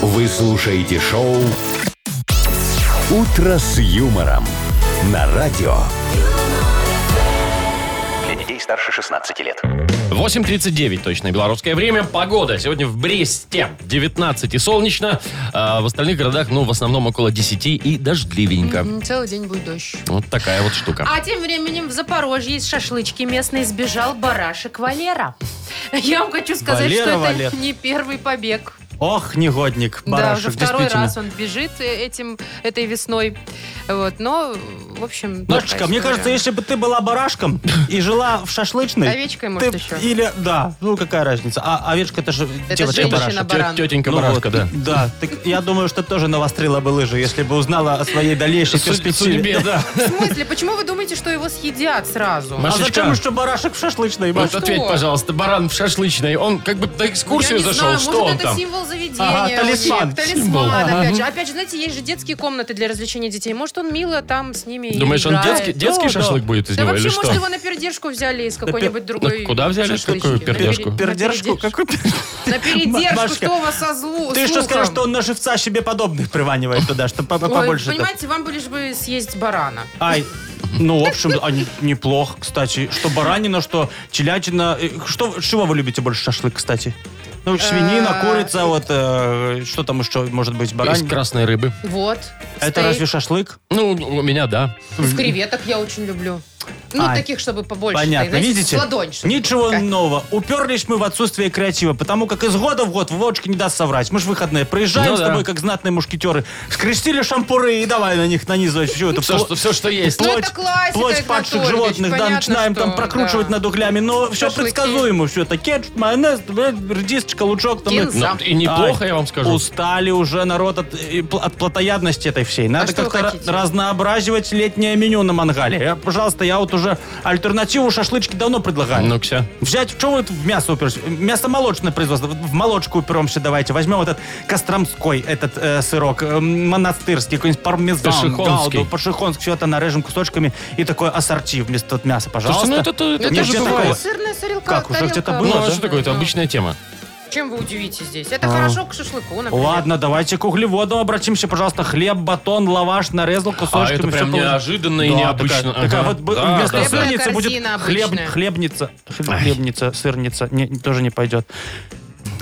Вы слушаете шоу «Утро с юмором» на радио. Для детей старше 16 лет. 8.39 точное белорусское время. Погода сегодня в Бресте 19 и солнечно. А в остальных городах, ну, в основном около 10 и дождливенько. М, Целый день будет дождь. Вот такая вот штука. А тем временем в Запорожье из шашлычки местной сбежал барашек Валера. Я вам хочу сказать, Валера, что это Валер. не первый побег. Ох, негодник, да, уже барашек, второй действительно. раз он бежит э, этим, этой весной. Вот, но, в общем... Машечка, такая а мне история. кажется, если бы ты была барашком и жила в шашлычной... Овечкой, ты может, б- еще. Или, да, ну какая разница. А овечка, это же девочка-барашек. женщина-баран. Тетенька Ну барашка, да. вот, Да, так я думаю, что тоже навострила бы лыжи, если бы узнала о своей дальнейшей Судь- перспективе. судьбе, да. В смысле? Почему вы думаете, что его съедят сразу? Маш- А зачем Машечка. еще барашек в шашлычной? Вот Маш? ответь, пожалуйста, баран в шашлычной. Он как бы на экскурсию Ну Я не зашел. знаю, Что может, он это там? символ заведения. Ага, талисман. вообще. Талисман, Символ. опять же. Опять же, знаете, есть же детские комнаты для развлечения детей. Может, он мило там с ними и Думаешь, он играет. детский, детский Да, да. шашлык будет из Да него или вообще, может, что? его на передержку взяли из какой-нибудь другой Ну, куда взяли? шашлычки? Какую На передержку? пере- на Пердержку? Какую пердержку? На передержку, Машка, что у вас со злу? Ты что слухом? скажешь, что он на живца себе подобных приманивает туда, чтобы по- по- Ой, побольше... это- понимаете, вам бы лишь бы съесть барана. Ай, ну, в общем, они неплох, кстати. Что баранина, что телятина. Э, Что, чего вы любите больше шашлык, кстати? Ну, свинина, Э, курица, вот э, что там еще может быть, Из баранина. красной рыбы. Вот. А Это Стейк. разве шашлык? Ну, у меня, да. В креветок я очень люблю. Ну, А, таких, чтобы побольше. Понятно, знаете, видите? С ладонь, чтобы Ничего такая. нового. Уперлись мы в отсутствие креатива, потому как из года в год Вовочка не даст соврать. Мы же выходные. Проезжаем Ну с да. тобой, как знатные мушкетеры. Скрестили шампуры и давай на них нанизывать. Всю эту Все, пло- что, все, что есть. Ну, это классика, плоть Игнат падших Ольгович, животных, да, понятно, начинаем там что, прокручивать да. над углями, но все Шашлыки. предсказуемо, все это кетчуп, майонез, бля, редисочка, лучок. Там, Кинза. Ну, сам. и неплохо, Ай, я вам скажу. Устали уже народ от, и пл- от плотоядности этой всей. Надо А что вы как-то ра- хотите? разнообразивать летнее меню на мангале. Я, пожалуйста, я вот уже альтернативу шашлычки давно предлагаю. Ну, Кся. Взять, что вы в мясо уперлись? Мясо молочное производство. В молочку уперемся давайте. Возьмем вот этот костромской этот э, сырок, э, монастырский, какой-нибудь пармезан, Пошехонский. галду, пашихонский. Все это нарежем кусочками и такой ассорти вместо вот мяса, пожалуйста. Слушайте, ну это, это, Ну, это Нет, же где бывает. такого? Сырная сырелка, Как, уже тарелка. где-то Ну, было, а да? А. что такое? Это обычная тема. Чем вы удивитесь здесь? Это хорошо к шашлыку, например. Ладно, давайте к углеводам обратимся, пожалуйста. Хлеб, батон, лаваш нарезал кусочками. А, это всё прям положил. неожиданно и Да, необычно. Такая, такая Ага. вот бы- Да, да, вместо да. Хлебная сырницы будет корзина хлеб, обычная. хлебница, хлеб- хлебница, сырница. Не, не- тоже не пойдет.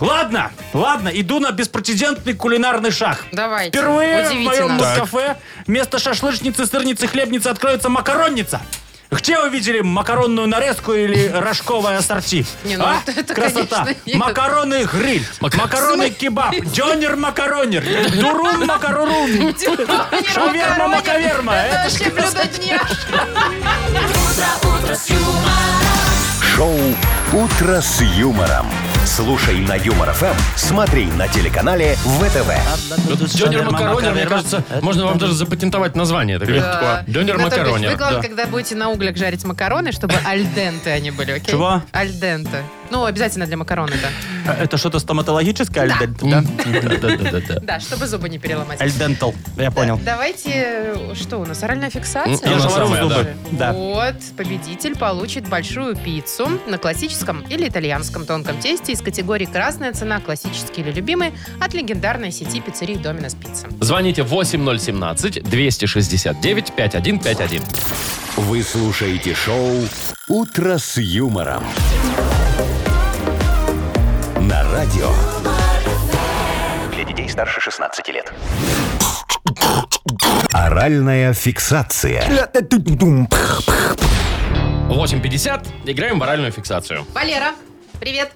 Ладно, ладно, иду на беспрецедентный кулинарный шаг. Давайте. Впервые в Удивите моем нас. Так. кафе вместо шашлычницы, сырницы, хлебницы откроется макаронница. Где вы видели макаронную нарезку или рожковое ассорти? Не, ну А? вот это, Красота. конечно, нет. Макаронный гриль, Макар- макаронный кебаб, дёнер-макаронер, дурун макарурун Шаверма маковерма. Это Это ж вообще блюдо дня. Шоу «Утро с юмором». Слушай на Юмор ФМ, смотри на телеканале ВТВ. Вот Дёнер макарони, мне кажется, можно вам даже запатентовать название. Да. Дёнер Игнат Ольгович, макарони. Вы, главное, Да. когда будете на углях жарить макароны, чтобы альденты они были, окей? Чего? Альденты. Ну, обязательно для макарон это. Это что-то стоматологическое, альдент, да? М, да-да-да-да. Да, чтобы зубы не переломать. Альдентал, я понял. Давайте, э, что у нас, оральная фиксация? М, она Что самая, же? да. Да. Вот, победитель получит большую пиццу на классическом или итальянском тонком тесте из категории «Красная цена», «Классический» или «Любимый» от легендарной сети пиццерий «Доминос Пицца». Звоните 8017-269-5151. Вы слушаете шоу «Утро с юмором». На радио Для детей старше 16 лет. «Оральная фиксация». 8.50. Играем в оральную фиксацию. Валера, привет.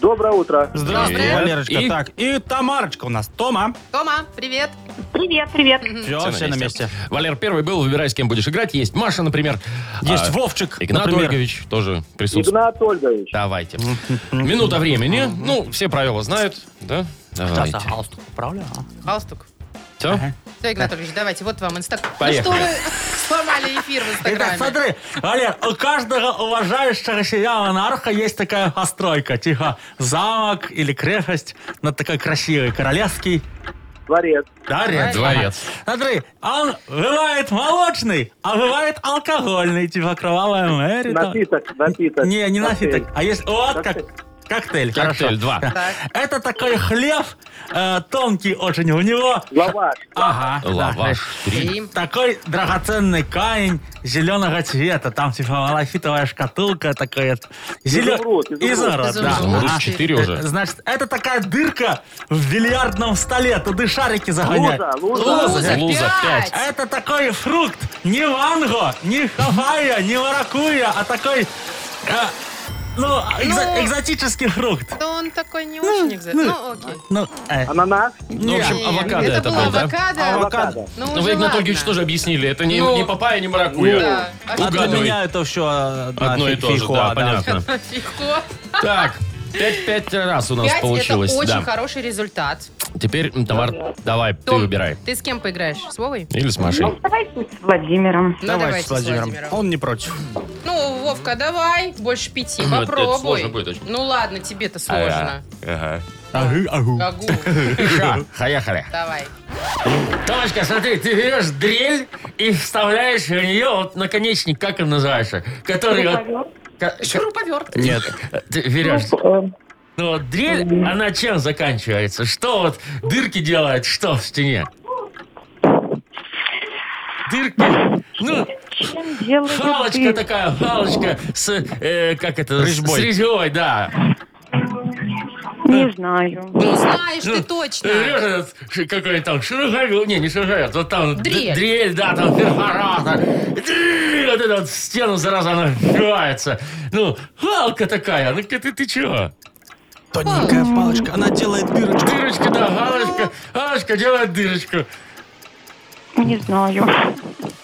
Доброе утро. Здравствуй, Э, Привет. Валерочка. И- Так, и Тамарочка у нас. Тома. Тома, привет. Привет, привет. Хм. Все, все, на месте. Валер первый был, выбирай, с кем будешь играть. Есть Маша, например. Есть А, Вовчик, Игнат например. Ольгович тоже присутствует. Игнат Ольгович. Давайте. Минута времени. Ну, все правила знают. Да? Давайте. галстук управляю. Галстук. Всё? Все, Игнат Ольгович, давайте, вот вам инстаг... Поехали. Ну что вы сломали эфир в Итак, инстаграме? смотри, Валер, у каждого уважающего себя монарха есть такая постройка, типа замок или крепость, но такой красивый, королевский. Дворец. Дворец. Дворец. Ага. Смотри, он бывает молочный, а бывает алкогольный, типа кровавая Мэри. там. Напиток, напиток. Не, не Коктейль. напиток, а если... Вот как... Коктейль. Коктейль, Коктейль, хорошо. два. Да. Это такой хлеб э, тонкий очень, у него... Лаваш. Ага. да, Лаваш. Три. Три. такой драгоценный камень зеленого цвета. Там типа малахитовая шкатулка такая. Зелё... Изумруд, изумруд. Изумруд, да. Изумруд. Замуруш Ага. четыре Э, уже. Значит, это такая дырка в бильярдном столе. Туда шарики загоняют. Луза, луза. Луза, Луза, пять. А Это такой фрукт. Не манго, не хавайя, не маракуйя, а такой... э, ну, экзо- экзотический фрукт. Да он такой не очень экзо- Ну, окей. Ну, э, Ананас. Ну, в общем, Не, авокадо это это было был, да? авокадо. авокадо. Ну, Ну, уже вы, Игнат ладно. Ольгович, тоже объяснили. Это не, Ну, не папайя, не маракуйя. да. А что Для Угадывай. меня это э, все Одно и то же, А, да, понятно. Фигко. Так, 5-5 раз у нас ну, Пять – это получилось. очень да. хороший результат. Теперь, м, Тамар, давай, ты Том, выбирай. Ты с кем поиграешь? С Вовой? Или с Машей. Давайте ну, с Владимиром. Ну, Давайте давайте с Владимиром. Он не против. Ну, Вовка, давай. Больше пяти. Ну, это Попробуй. сложно будет очень. Ну ладно, тебе-то сложно. Ага. Агы, агу. Гагу. Ха, Поехали. Давай. Тамочка, смотри, ты берешь дрель и вставляешь в нее вот наконечник, как он называется, который вот... Ка- Шуруповерт. Нет. Ты берешь. Ну вот дрель, она чем заканчивается? Что вот дырки делает, что в стене? Дырки. Ну, Чем делают Палочка дырки? такая, Ну, палочка с, э, как это, с- Резьбой. с резьбой, да. Не знаю. Ну, знаешь ты Ну, точно. Э, э, Какой там Широгавил, не, не Широгавил, вот там д- Дрель. дрель, да, там перфоратор. Дрель, вот эта вот стену, зараза, она вбивается. Ну, галка такая, ну ты, ты чего? Тоненькая палочка, она делает дырочку. Дырочка, да, галочка, галочка делает дырочку. Не знаю.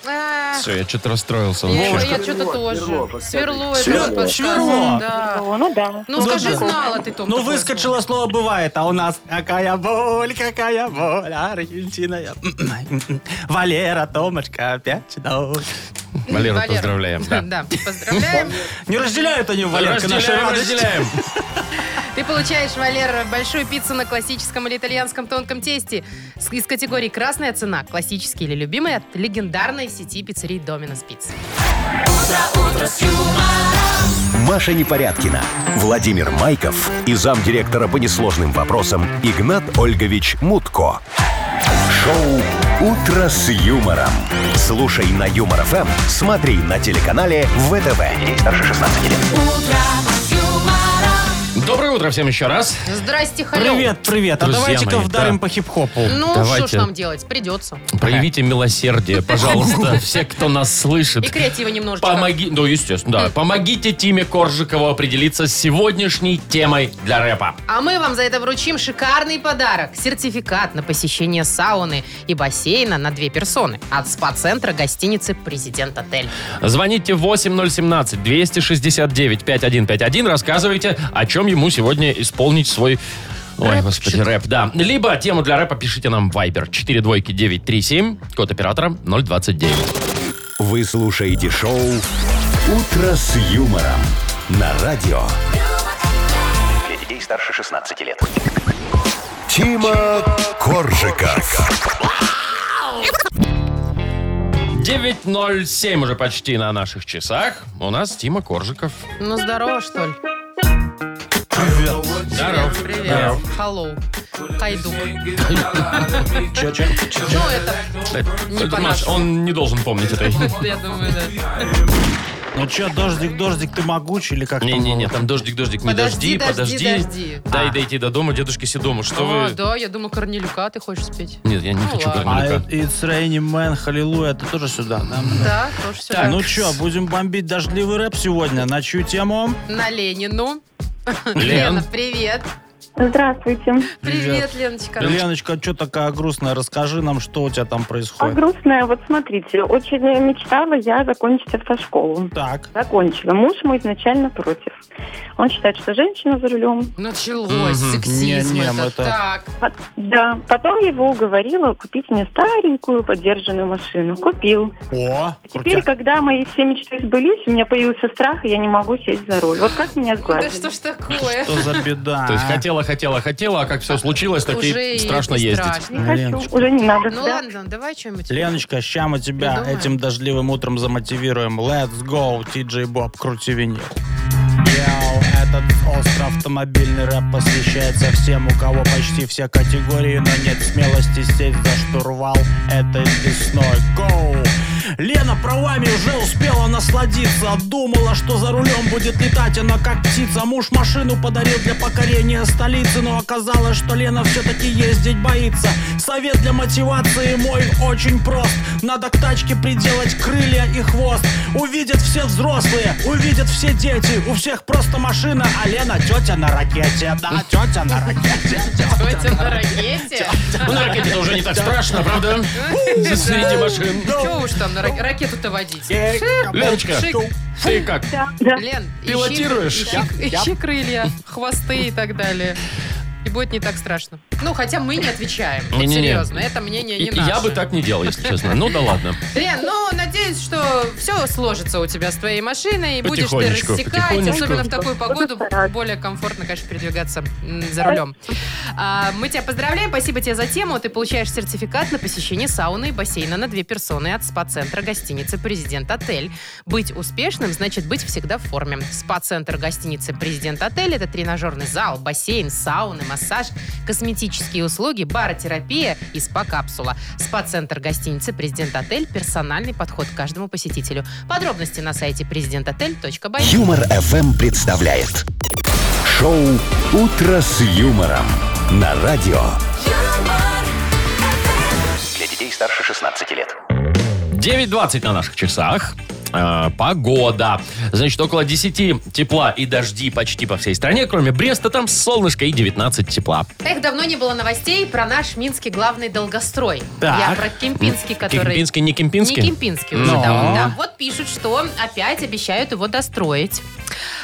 Э, Все, я что-то расстроился. Я, я что-то тоже. Сверло. это Сверло. вот подсказка, Сверло. Да. О, ну да. Ну, скажи, да. знала ты, Том. Ну, такое слово. выскочило слово «бывает», а у нас какая боль, какая боль, Аргентина. я- «М-м-м». Валера, Томочка, опять ночь. Валеру Валера. поздравляем, да. Да, поздравляем. Не разделяют они, Валерка, наши Разделяем, радости. разделяем. Ты получаешь, Валер, большую пиццу на классическом или итальянском тонком тесте с- из категории «Красная цена», «Классический» или «Любимый» от легендарной сети пиццерий «Доминос Пицца». Маша Непорядкина, Владимир Майков и замдиректора по несложным вопросам Игнат Ольгович Мутко. Шоу «Утро с юмором». Слушай на Юмор ФМ, смотри на телеканале ВТВ. Ей старше 16 лет. Доброе утро всем еще раз. Здрасте, халё. Привет, привет. А Друзья давайте-ка мои, вдарим да. по хип-хопу. Ну, Давайте. что ж нам делать? Придется. Проявите милосердие, пожалуйста, все, кто нас слышит. И Хм. креатива немножечко. Помоги, ну, естественно, да. Помогите Тиме Коржикову определиться с сегодняшней темой для рэпа. А мы вам за это вручим шикарный подарок. Сертификат на посещение сауны и бассейна на две персоны от спа-центра гостиницы «Президент Отель». Звоните 8017-269-5151, рассказывайте, о чем ему сегодня исполнить свой... Ой, Рэп, господи, что-то. рэп, да. Либо тему для рэпа пишите нам в Viber 42937, код оператора 029. Вы слушаете шоу «Утро с юмором» на радио. Для детей старше 16 лет. Тима Коржика. 9.07 уже почти на наших часах. У нас Тима Коржиков. Ну, здорово, что ли? Здоров. Привет. Hello. Хайдук. Ну, это, Э, по Маш, нашему. он не должен помнить этой. я думаю, да. Ну что, дождик, дождик, ты могуч или как? там Не-не-не, там дождик, дождик, не Подожди, дожди, подожди. дожди, дожди. Дай дойти до дома дедушки Седому. Что А, вы... да, я думала, Корнелюка ты хочешь спеть. Нет, я не Ну хочу ладно. А Корнелюка. It's Raining Man, Hallelujah, ты тоже сюда, да? Да, тоже все. Ну что, будем бомбить дождливый рэп сегодня. На чью тему? На Ленину. Лен. Лена, привет. Здравствуйте. А Привет, Леночка. Леночка, что такая грустная? Расскажи нам, что у тебя там А происходит. грустная, вот смотрите, очень мечтала я закончить автошколу. Так. Закончила. Муж мой изначально против. Он считает, что женщина за рулем Началось Мгм. сексизм. Не-не, это. мы это- Так, Пот- Да, потом его уговорила купить мне старенькую подержанную машину. Купил. О, Теперь, крутяк. когда мои все мечты сбылись, у меня появился страх, и я не могу сесть за руль. Вот как меня да сглазили? что ж такое? Что за беда? То есть а? хотела, хотела, хотела, а как все случилось, так Уже и и страшно не ездить. страшно. Не хочу, Леночка. уже не надо. Ну да. ладно, давай что-нибудь. Леночка, ща мы тебя Придумаем. этим дождливым утром замотивируем. Let's go, TJ Боб, крути винил. Йоу, Этот остро автомобильный рэп посвящается всем, у кого почти все категории, но нет смелости сесть за штурвал этой весной. Гоу! Лена правами уже успела насладиться Думала, что за рулем будет летать она как птица Муж машину подарил для покорения столицы Но оказалось, что Лена все-таки ездить боится Совет для мотивации мой очень прост Надо к тачке приделать крылья и хвост Увидят все взрослые, увидят все дети У всех просто машина, а Лена тетя на ракете Да, тетя на ракете Тетя на ракете? Ну, на ракете уже не так страшно, правда? Среди машин. Чего уж там на рак- ракету-то водить? Леночка, Шик. ты как? Да. Лен, ищи- Пилотируешь? Ищи, Я- ищи крылья, хвосты и так далее. И будет не так страшно. Ну, хотя мы не отвечаем. Вот Не-не-не. серьезно, это мнение И- не и наше. Я бы так не делал, если честно. Ну да ладно. Лен, ну, надеюсь, что все сложится у тебя с твоей машиной, и будешь ты Потихонечку, рассекать, потихонечку. особенно в такую погоду, стараться. более комфортно, конечно, передвигаться м, за рулем. А, мы тебя поздравляем, спасибо тебе за тему, ты получаешь сертификат на посещение сауны и бассейна на две персоны от спа-центра гостиницы «Президент Отель». Быть успешным значит быть всегда в форме. Спа-центр гостиницы «Президент Отель» — это тренажерный зал, бассейн, сауны, массаж, косметические услуги, баротерапия и спа-капсула. Спа-центр гостиницы «Президент Отель» — персональный подход к каждому посетителю. Подробности на сайте президентотель.бай. Юмор ФМ эм представляет. Шоу «Утро с юмором» на радио. юмор, Для детей старше 16 лет. 9.20 на наших часах. А, Погода. Значит, около 10 тепла и дожди почти по всей стране, кроме Бреста, там солнышко и 19 тепла. Эх, давно не было новостей про наш минский главный долгострой. Так. Я про Кемпинский, который... Кемпинский, не Кемпинский? Не Кемпинский уже, Ну. да, он, да. Вот пишут, что опять обещают его достроить.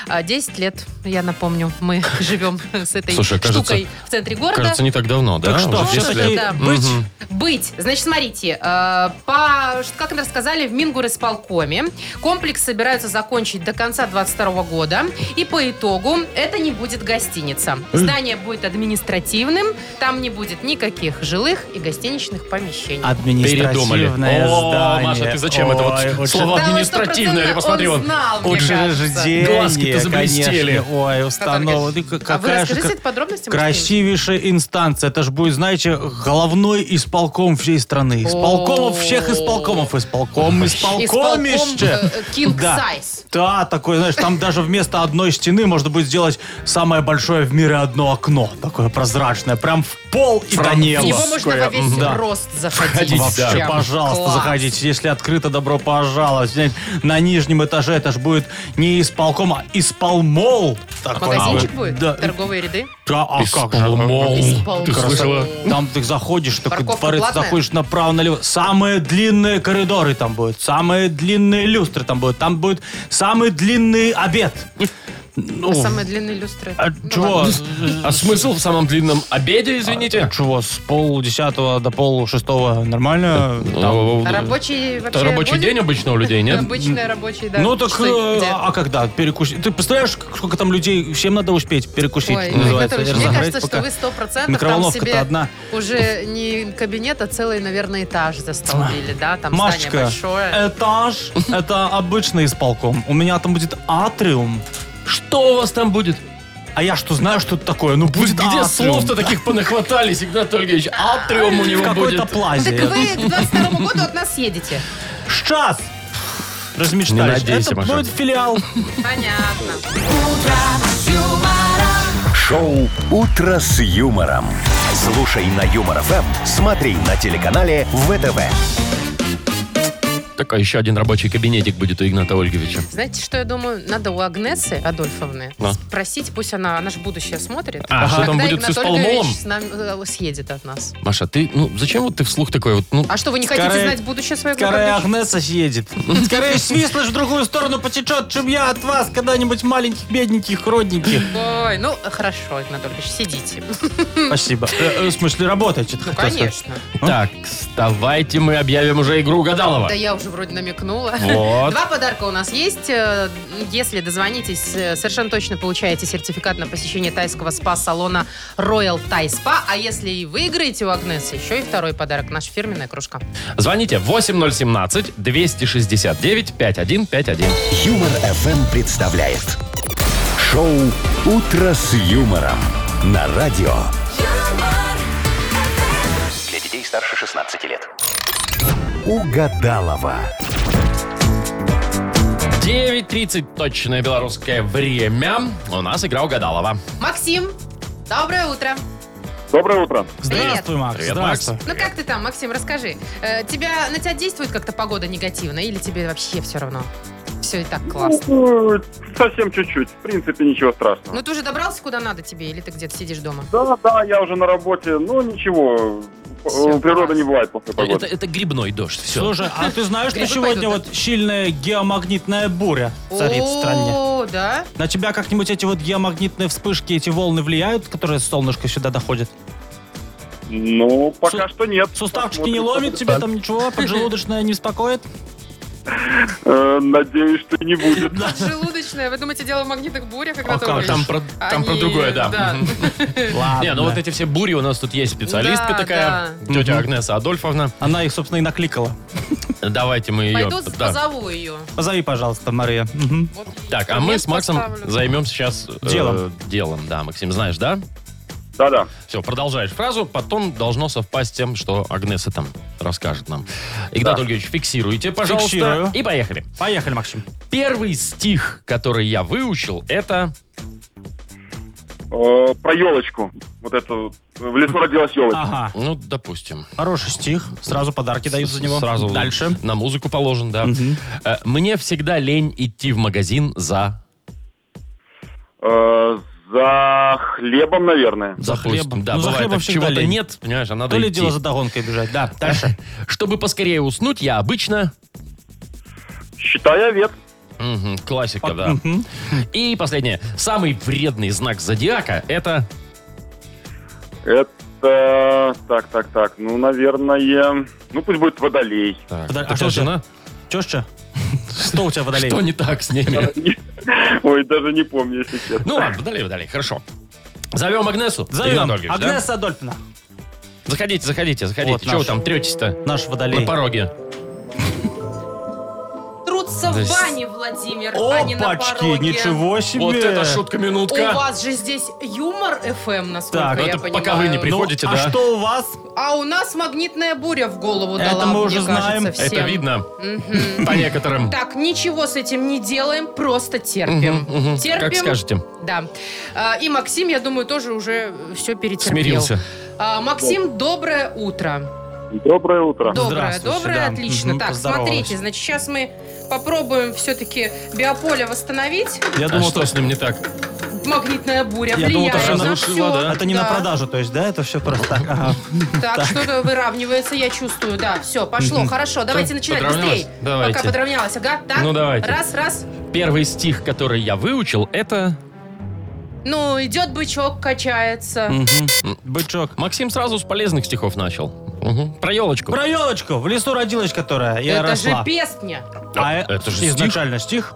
А, 10 лет, я напомню, мы живем с этой Слушай, кажется- штукой в центре города. Кажется, не так давно, да? Так что, Уже 10 все-таки лет. да. быть? Мгм. Быть. Значит, смотрите, э, по, ш- как нам рассказали в Мингурисполкоме, комплекс собираются закончить до конца 2022 года. И по итогу это не будет гостиница. Здание будет административным, там не будет никаких жилых и гостиничных помещений. А, Передумали. Административное О, здание. Маша, ты зачем это вот Ой, лучше- слово Потому что административное? Я просто посмотрел. он знал, мне Лучше кажется. же деньги, Глазки-то заблестели. конечно. Ой, Который установа. говорит, Ну, а вы какая же расскажите ка- эти подробности? может, Красивейшая инстанция. Это же будет, знаете, головной исполком всей страны. Исполкомов всех исполкомов. Исполком, Исполком, исполкомище. э, э, king да. size. Да, такое, знаешь, там даже вместо одной стены можно будет сделать самое большое в мире одно окно. Такое прозрачное. Прям в пол и до В неба. него можно во весь Да. рост заходить. Вообще, Прям пожалуйста, класс. заходите. Если открыто, добро пожаловать. Знаете, На нижнем этаже это же будет не исполком, а исполмол. Такой. Магазинчик будет? Да. Торговые ряды? Да, а как же? Исполмол. Исполмол. Ты слышала? Там ты заходишь, такой Парковка дворец, платная? заходишь направо-налево. Самые длинные коридоры там будут, самые длинные люстры там будут, там будет самый длинный обед. Ну, Самые длинные А люстры. а Ну чего? ладно. А смысл в самом длинном обеде, извините? Чего, с полдесятого до полшестого нормально? Там- Ну, А Рабочий вообще Это рабочий будет? день обычно у людей, нет? Обычный рабочий, да. Ну так, Что, э, где? а когда перекусить? Ты представляешь, как- сколько там людей, всем надо успеть перекусить, Ой, что Игорь называется, Анатольевич, и мне разогреть кажется, что пока. вы сто процентов там Микроволновка-то себе одна. уже не кабинет, а целый, наверное, этаж застолбили, да? Там здание Машечка, Э, большое. этаж, это обычный исполком. У меня там будет атриум. Что у вас там будет? А я что знаю, что это такое? Ну будет Где атриум. слов-то таких понахватались, Игнат Ольгович? Атриум у В него какой-то будет. Ну, плазе. Так вы к 22 году от нас едете. Сейчас! Размечтались. Не надейся, это Маша. будет филиал. Понятно. Шоу «Утро с юмором». Слушай на Юмор ФМ, смотри на телеканале ВТВ. Так, а еще один рабочий кабинетик будет у Игната Ольговича. Знаете, что я думаю? Надо у Агнесы Адольфовны Ну. спросить, пусть она, она же будущее смотрит. А, что когда там будет с Игнат исполмолом? Ольгович с нами, э, съедет от нас. Маша, ты, ну, зачем вот ты вслух такой вот, ну, А что, вы не Скорее- хотите знать будущее своего Скорее года? Агнеса съедет. Скорее свистнешь в другую сторону потечет, чем я от вас когда-нибудь маленьких, бедненьких, родненьких. Ой, ну хорошо, Игнат Ольгович, сидите. Спасибо. Э, э, В смысле, работаете? Ну, конечно. А? так, давайте мы объявим уже игру Гадалова. Да я уже вроде намекнула. Вот. Два подарка у нас есть. Э, Если дозвонитесь, э, совершенно точно получаете сертификат на посещение тайского спа-салона Royal Thai Spa. А если и выиграете у Агнесы, еще и второй подарок. Наша фирменная кружка. Звоните 8017-269-5151. Юмор ФМ представляет. Шоу «Утро с юмором» на радио. юмор, Для детей старше 16 лет. Угадалова. 9.30, точное белорусское время. У нас игра угадалова. Максим, доброе утро. Доброе утро. Здравствуй, Макс. Привет, Здравствуй. Ну как ты там, Максим, расскажи. Э, Тебя, на тебя действует как-то погода негативно или тебе вообще все равно? Все и так классно. Ну, совсем чуть-чуть. В принципе, ничего страшного. Ну ты уже добрался куда надо тебе или ты где-то сидишь дома? Да, да, я уже на работе. Ну, ничего. Всё, Э, Природа класс. не бывает после Это, погоды. это грибной дождь, все. Слушай, а ты знаешь, что Грибы сегодня пойдут, вот сильная геомагнитная буря царит в стране? О, да? На тебя как-нибудь эти вот геомагнитные вспышки, эти волны влияют, которые с солнышка сюда доходят? Ну, Су- пока что нет. Суставчики Посмотрим, не что ломит будет. тебя там ничего, поджелудочная не беспокоит? Э, Надеюсь, что не будет. Желудочная. Вы думаете, дело в магнитных бурях? А Игнат как? Ольгович? Там про, там про Они- другое, да. Мгм. Ладно. Не, ну вот эти все бури у нас тут есть специалистка Да, такая, тетя Агнеса Адольфовна. Она их, собственно, и накликала. Давайте мы ее... Пойду да. позову ее. Позови, пожалуйста, Мария. Мгм. Вот Так, а мы с Максом поставлю. займемся сейчас... Делом. делом, да, Максим, знаешь, да? Да-да. Все, продолжаешь фразу, потом должно совпасть с тем, что Агнеса там расскажет нам. Игнат Ольгович, фиксируйте, пожалуйста. Фиксирую. И поехали. Поехали, Максим. Первый стих, который я выучил, это... Э, про елочку. Вот эту. В лесу родилась елочка. Ага. Ну, допустим. Хороший стих. Сразу подарки дают за него. Сразу Дальше. на музыку положен, да. Э, Мне всегда лень идти в магазин за... А. Э, за хлебом, наверное. За хлебом. Да, Ну, за бывает, хлебом так, всегда чего-то лень. нет, понимаешь, а надо То ли идти. дело за догонкой бежать. Да, дальше. Чтобы поскорее уснуть, я обычно... Считай овец. Мгм, классика, да. Мгм. И последнее. Самый вредный знак зодиака – это... Это... Так, так, так. Ну, наверное... Ну, пусть будет водолей. Так, Подо- а у тебя что у тебя? жена? Теща, что у тебя водолей? Что не так с ними? Ой, даже не помню, если честно. Ну ладно, далее, далее, хорошо. Зовем Агнесу? Игнат Зовем. Ольгович, да? Агнеса Адольфовна. Заходите, заходите, заходите. Вот Чего вы наш. там третесь-то? Наш На водолей. пороге. Трутся Да в с- бане, Владимир, а не на Опачки, пороге. ничего себе. Вот это У шутка-минутка. вас же здесь юмор ФМ, насколько Так, я это понимаю. пока вы не при- Ну, Приходите, да. А что у вас? А у нас магнитная буря в голову Это дала, мы мне уже знаем. кажется, всем. Это видно Мгм. по некоторым. Так, ничего с этим не делаем, просто терпим. Мгм, мгм. Терпим. Как скажете, Да. А, И Максим, я думаю, тоже уже все перетерпел. смирился. А, Максим, доброе утро. Доброе утро. Доброе, Здравствуйте, доброе, да. отлично. Мгм, так, поздоровалась. смотрите, значит, сейчас мы попробуем все-таки биополе восстановить. Я А думал, что то- с ним не так? Магнитная буря я думал, влияет то, что на она всё. ушла, да? Это не на Да. продажу, то есть, да? Это все просто так. ага. Так, что-то выравнивается, я чувствую. Да, все, пошло, хорошо. Давайте начинать подравнялась? быстрее. Давайте. Пока подравнялась, ага. Так, Ну, давайте. раз, раз. Первый стих, который я выучил, это... Ну, идет бычок, качается. Мгм. Бычок. Максим сразу с полезных стихов начал. Мгм. Про елочку. Про елочку. В лесу родилась, которая и Это росла. же песня. А Это это же же стих. изначально стих.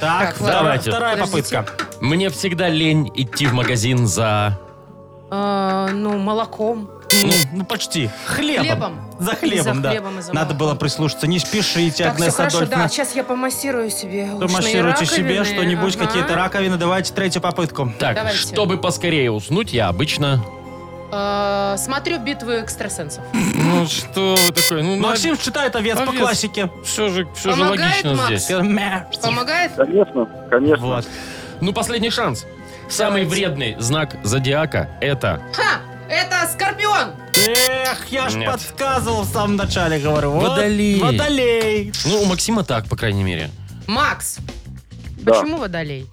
Так, Так, вторая- давайте. вторая Подождите. попытка. Мне всегда лень идти в магазин за... А, ну, молоком. Ну, ну, почти. Хлебом. Хлебом. За И за хлебом, да. хлебом, и за Надо молоком. было прислушаться. Не спешите, так, все Агнеса хорошо, да. Адольфовна. Сейчас я помассирую себе ушные Помассируйте себе раковины. что-нибудь, Ага. какие-то раковины. Давайте третью попытку. Так, Давайте. чтобы поскорее уснуть, я обычно... А, смотрю битвы экстрасенсов. Ну что вы такое? Ну, Максим читает овец по овец. классике. все же, все же Помогает логично Макс? здесь. Помогает? Конечно, конечно. Вот. Ну, последний шанс. Самый вредный знак зодиака это... Ха! Это скорпион! Эх, я ж Нет. подсказывал в самом начале, говорю. Вот, Водолей. Водолей. Ну, у Максима так, по крайней мере. Макс! Да. Почему водолей?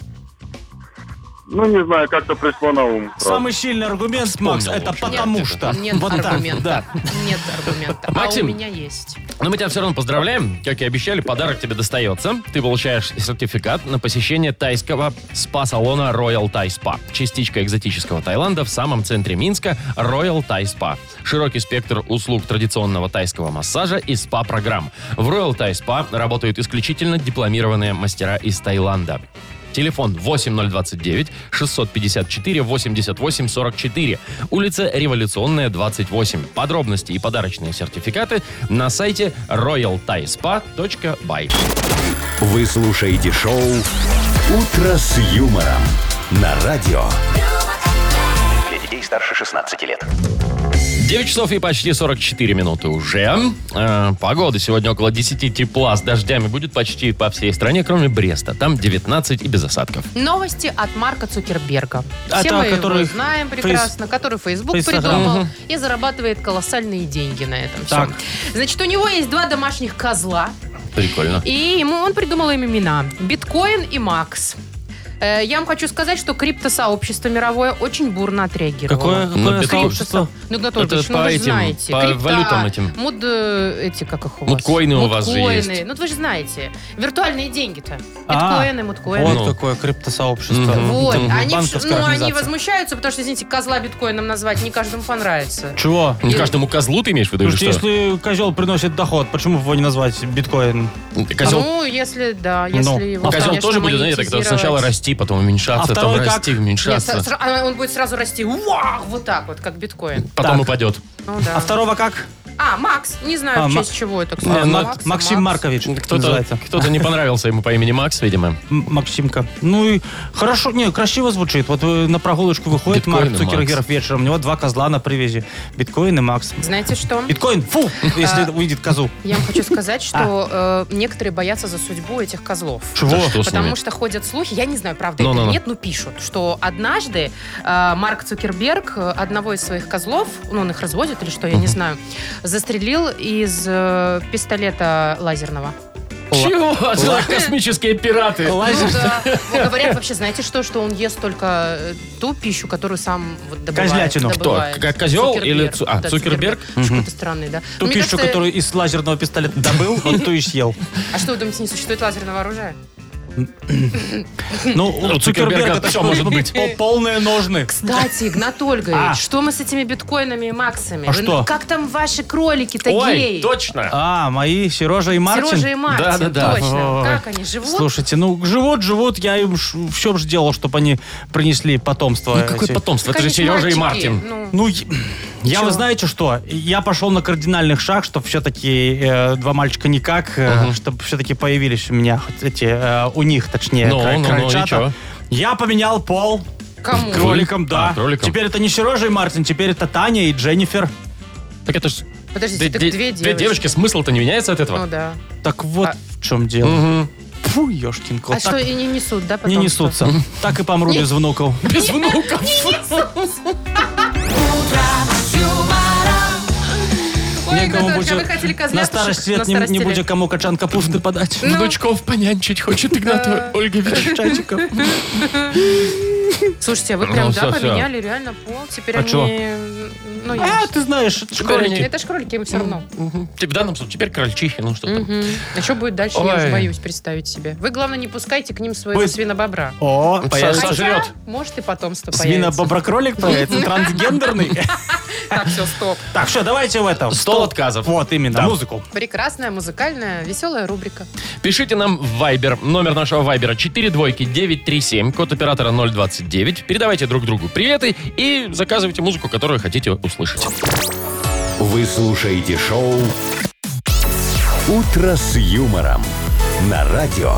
Ну, не знаю, как-то пришло на ум. сразу. Самый сильный аргумент, Вспомнил, Макс, в это общем, потому да, что. Нет вот так, аргумента. да. Нет аргумента. Максим. А у меня есть. Но мы тебя все равно поздравляем. Как и обещали, подарок тебе достается. Ты получаешь сертификат на посещение тайского спа-салона Royal Thai Spa. Частичка экзотического Таиланда в самом центре Минска Royal Thai Spa. Широкий спектр услуг традиционного тайского массажа и спа-программ. В Royal Thai Spa работают исключительно дипломированные мастера из Таиланда. Телефон 8029 654 88 44. Улица Революционная 28. Подробности и подарочные сертификаты на сайте royalthaispa.by. Вы слушаете шоу «Утро с юмором» на радио. Для детей старше 16 лет. 9 часов и почти 44 минуты уже. Э, погода сегодня около 10 тепла. С дождями будет почти по всей стране, кроме Бреста. Там 19 и без осадков. Новости от Марка Цукерберга. А Все та, мы его который знаем фейс- прекрасно, который Facebook Фейсаграм. придумал и зарабатывает колоссальные деньги на этом всем. Так. Значит, у него есть два домашних козла, Прикольно. и ему он придумал им имена. Биткоин и Макс. Э, Я вам хочу сказать, что криптосообщество мировое очень бурно отреагировало. Какое, Ну, какое без сообщество? Ну, Игнатольевич, Это ну по вы же этим, знаете. по Крипто- валютам этим. Муд... э, Эти, как их у вас? Муткоины у вас же Муткоины. есть. Ну, вы же знаете. Виртуальные деньги-то. А, Биткоины, муткоины. Вот Ну. какое криптосообщество. Мгм. Вот, Там они, вш- банковская ну, они организация. возмущаются, потому что, извините, козла биткоином назвать не каждому понравится. Чего? Ну, каждому козлу ты имеешь в виду, или Слушайте, что? если козел приносит доход, почему бы его не назвать биткоин? Козел Ну, если, да, если Ну, его, Ну, козел конечно, тоже будет, знаете, так, монетизировать. сначала расти, потом уменьшаться, там А второй как? расти, Нет, уменьшаться, сра- сра- а он будет сразу расти, вау, вот так вот, как биткоин. потом Так. упадет. Ну да. А второго как? А, Макс. Не знаю, А, в Ма- честь чего это, Э, кстати. Мак- Макс, Максим Макс. Маркович ну, Кто-то называется. кто не понравился ему по имени Макс, видимо. М- Максимка. Ну и хорошо, не, красиво звучит. Вот э, на прогулочку выходит Биткоин и Марк Цукергеров вечером, у него два козла на привязи. Биткоин и Макс. Знаете что? Биткоин, фу, если А. увидит козу. Я вам хочу сказать, А. что э, некоторые боятся за судьбу этих козлов. Да что с ними? Потому что ходят слухи, я не знаю, правда это Ну-ну-ну. или нет, но пишут, что однажды э, Марк Цукерберг э, одного из своих козлов, ну он их разводит или что, я не знаю, застрелил из э, пистолета лазерного. Чего? За Космические пираты. Ну да. Ну, говорят вообще, знаете что, что он ест только э, ту пищу, которую сам вот добывает. Козлятину. Кто? добывает. Как козел или Цукерберг. Цу- а, Да, Цукерберг? Какой-то странный, да. Ну, Ту Мне пищу, кажется, которую из лазерного пистолета добыл, он ту и съел. А что вы думаете, не существует лазерного оружия? Ну, у Цукерберга Цукерберга всё все может может быть. быть. Полные ножны. Кстати, Игнат Ольгович, А. что мы с этими биткоинами и максами? А Вы- ну, что? Как там ваши кролики-то Ой, геи? точно. А, мои Сережа и Мартин. Сережа и Мартин, Да-да-да. точно. Ой. Как они живут? Слушайте, ну живут, живут, я им все же делал, чтобы они принесли потомство. Ну, какое эти. потомство? Так Это же они ж Сережа и мальчики, Мартин. ну. Ну, я- я, Чё? вы знаете что? Я пошел на кардинальных шаг, чтобы все-таки два мальчика никак, чтобы все-таки появились у меня хоть эти, э, у них точнее, Ну, кра- ну, ну, и крольчата. чё? Я поменял пол Кому? кроликом, да. А, кроликом. Теперь это не Сережа и Мартин, теперь это Таня и Дженнифер. Так это ж... Подождите, д- так д- две Две девочки. девочки, смысл-то не меняется от Ну этого? да. Так вот А- в чем дело. Мгм. Фу, ешкин кот. а что, так и не несут, да, потом? не несутся. Так и помру без внуков. Без внуков. Ой, Игнат Некому Ольгович, а будет- вы хотели на козлятушек? старости лет не, старости не лет. будет кому качан капусты подать. Ну. Внучков понянчить хочет Игнат Да. Ольгович. Чатиков. Слушайте, а вы Ну, прям, всё, да, всё. поменяли реально пол. Теперь А они... чё? Ну, А, ты знаешь, это ж кролики. Это ж кролики, им все равно. Мгм. Типа, В данном случае теперь крольчихи, ну что там. Мгм. А что будет дальше, я Ой. уже боюсь представить себе. Вы, главное, не пускайте к ним своего Вы- свинобобра. О, Са- появится. Хотя, сожрет. может, и потомство появится. Свинобоброкролик появится, трансгендерный. Так, все, стоп. Так, все, давайте в этом. Стол отказов. Вот именно, музыку. Прекрасная, музыкальная, веселая рубрика. Пишите нам в Viber. Номер нашего Viber 4 двойки 937, код оператора 029. Передавайте друг другу приветы и заказывайте музыку, которую хотите услышать. Вы слушаете шоу «Утро с юмором» на радио.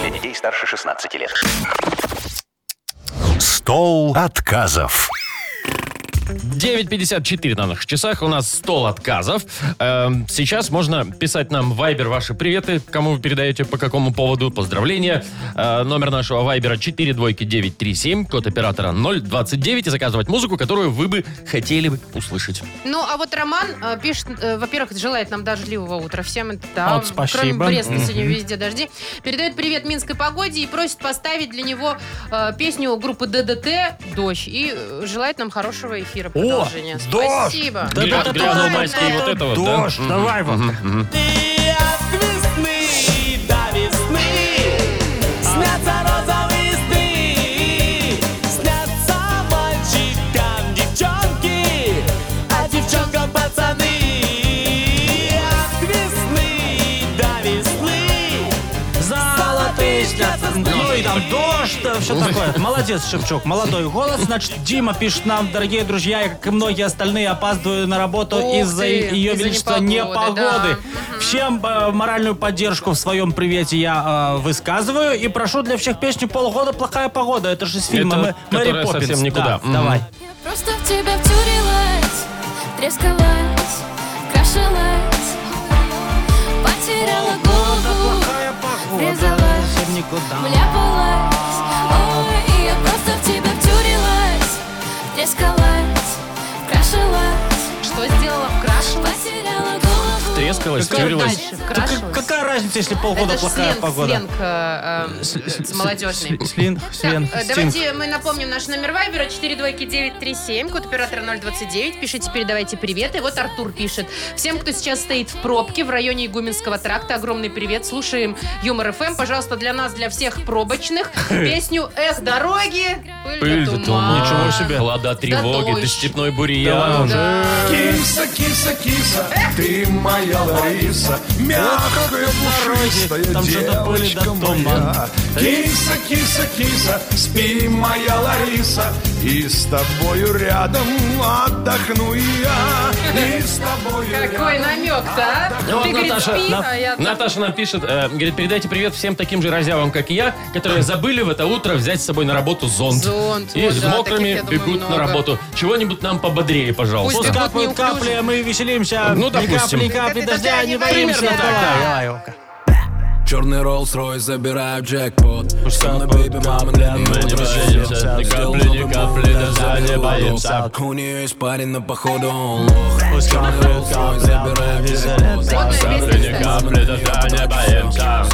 Для детей старше 16 лет. Стол отказов. 9.54 на наших часах. У нас стол отказов. Эм, сейчас можно писать нам в Viber ваши приветы, кому вы передаете, по какому поводу, поздравления. Э, номер нашего Viber 4 двойки 937, код оператора 029. И заказывать музыку, которую вы бы хотели бы услышать. Ну, а вот Роман э, пишет, э, во-первых, желает нам дождливого утра. Всем это, да, Вот, спасибо. кроме Бреста, Мгм. сегодня везде дожди. Передает привет минской погоде и просит поставить для него э, песню группы ДДТ «Дождь». И э, желает нам хорошего эфира, продолжения. Спасибо. Да, да, да, Давай, да, давай, майские давай. вот это вот, да? Дождь, давай вот. Золотые снятся. Ну и там дождь, да, все такое. Молодец, Шевчук, молодой голос. Значит, Дима пишет нам, дорогие друзья, я, как и многие остальные, опаздываю на работу Ух из-за ты, ее из-за величества непогоды, непогоды. да. Всем э, моральную поддержку в своем привете я э, высказываю и прошу для всех песню «Полгода плохая погода». Это же из фильма Это, Мэ- «Мэри которая Поппинс». совсем никуда. Да, Мгм. Давай. Я просто в тебя втюрилась, трескалась, крашилась, потеряла голову, врезалась, совсем никуда. вляпалась. Ой, и я просто в тебя втюрилась, трескалась, крашилась, Что сделала? Вкрашилась? потеряла голову. Трескалась, Какая втюрилась. дальше? Так Вкрашилась? как- какая разница, если полгода Это ж плохая сленг, погода? сленг э, э, с молодежный. С- Слинг, Так, сленг, э, стинг. давайте мы напомним наш номер вайбера 42937, код оператора 029. Пишите, передавайте привет. И вот Артур пишет. Всем, кто сейчас стоит в пробке в районе Игуменского тракта, огромный привет. Слушаем Юмор ФМ. Пожалуйста, для нас, для всех пробочных, песню «Эх, дороги, пыль, Пыль да да туман». туман. Ничего себе. Лада тревоги, дождь. ты степной бурьян. Да. Да. Киса, киса, киса, ты моя моя Лариса, мягкая, пушистая там что-то были девочка до дома. моя. Киса, киса, киса, спи, моя Лариса, и с тобою рядом отдохну и я, и с тобою Какой намек-то, а? Ну, вот Ты, говорит, Наташа, спи, на- а я... Наташа нам пишет, э, говорит, передайте привет всем таким же разявам, как и я, которые забыли в это утро взять с собой на работу зонт. Зонт, И вот с да, мокрыми таких, я думаю, бегут на много. работы. Чего-нибудь нам пободрее, пожалуйста. Пусть Пусть капают бегут неуклюже. капли, а мы веселимся. Ну, Ни допустим. капли, ни капли Капли дождя дождя, не не боимся. боимся. Давай, давай, Вовка. Черный Rolls-Royce забираю джекпот Со мной бейби, мама, для Мы не боимся, ни капли, ни капли дождя не боимся. У нее есть парень, но походу он лох Черный Rolls-Royce забираю джекпот Модная песня, Ни кстати. капли дождя не боимся.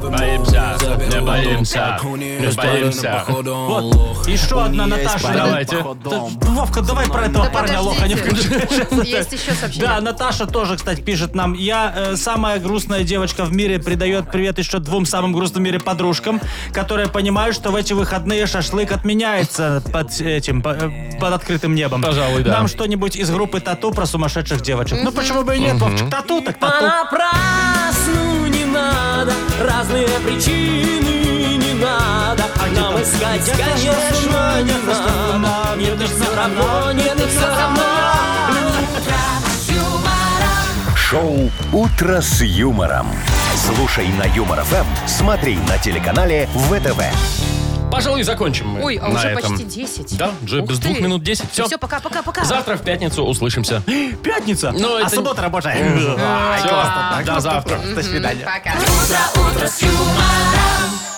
Боимся, не боимся, У нее не есть парень, но боимся. походу он лох Вот, еще одна Наташа. Давайте. Да, Вовка, давай про этого Да парня лоха не подождите. включай. Есть еще сообщение. Да, Наташа тоже, кстати, пишет нам. Я э, самая грустная девочка в мире придает привет еще двум самым грустным в мире подружкам, которые понимают, что в эти выходные шашлык отменяется под этим, по- э, под открытым небом. Пожалуй, да. Нам что-нибудь из группы Тату про сумасшедших девочек. Ну почему бы и нет, Вовчик? Тату так тату. Понапрасну не надо, разные причины не надо. А Нам искать, конечно, не надо. Мне ты все равно, мне ты все равно. Шоу «Утро с юмором». Слушай на Юмор ФМ, смотри на телеканале ВТВ. Пожалуй, закончим мы Ой, а на уже этом. почти 10. Да, уже Ух без ты. двух минут 10. Все. Все, пока-пока-пока. Завтра в пятницу услышимся. Пятница, Ну, а это- суббота рабочая. Все, до завтра. До свидания. Пока. Утро, утро с юмором.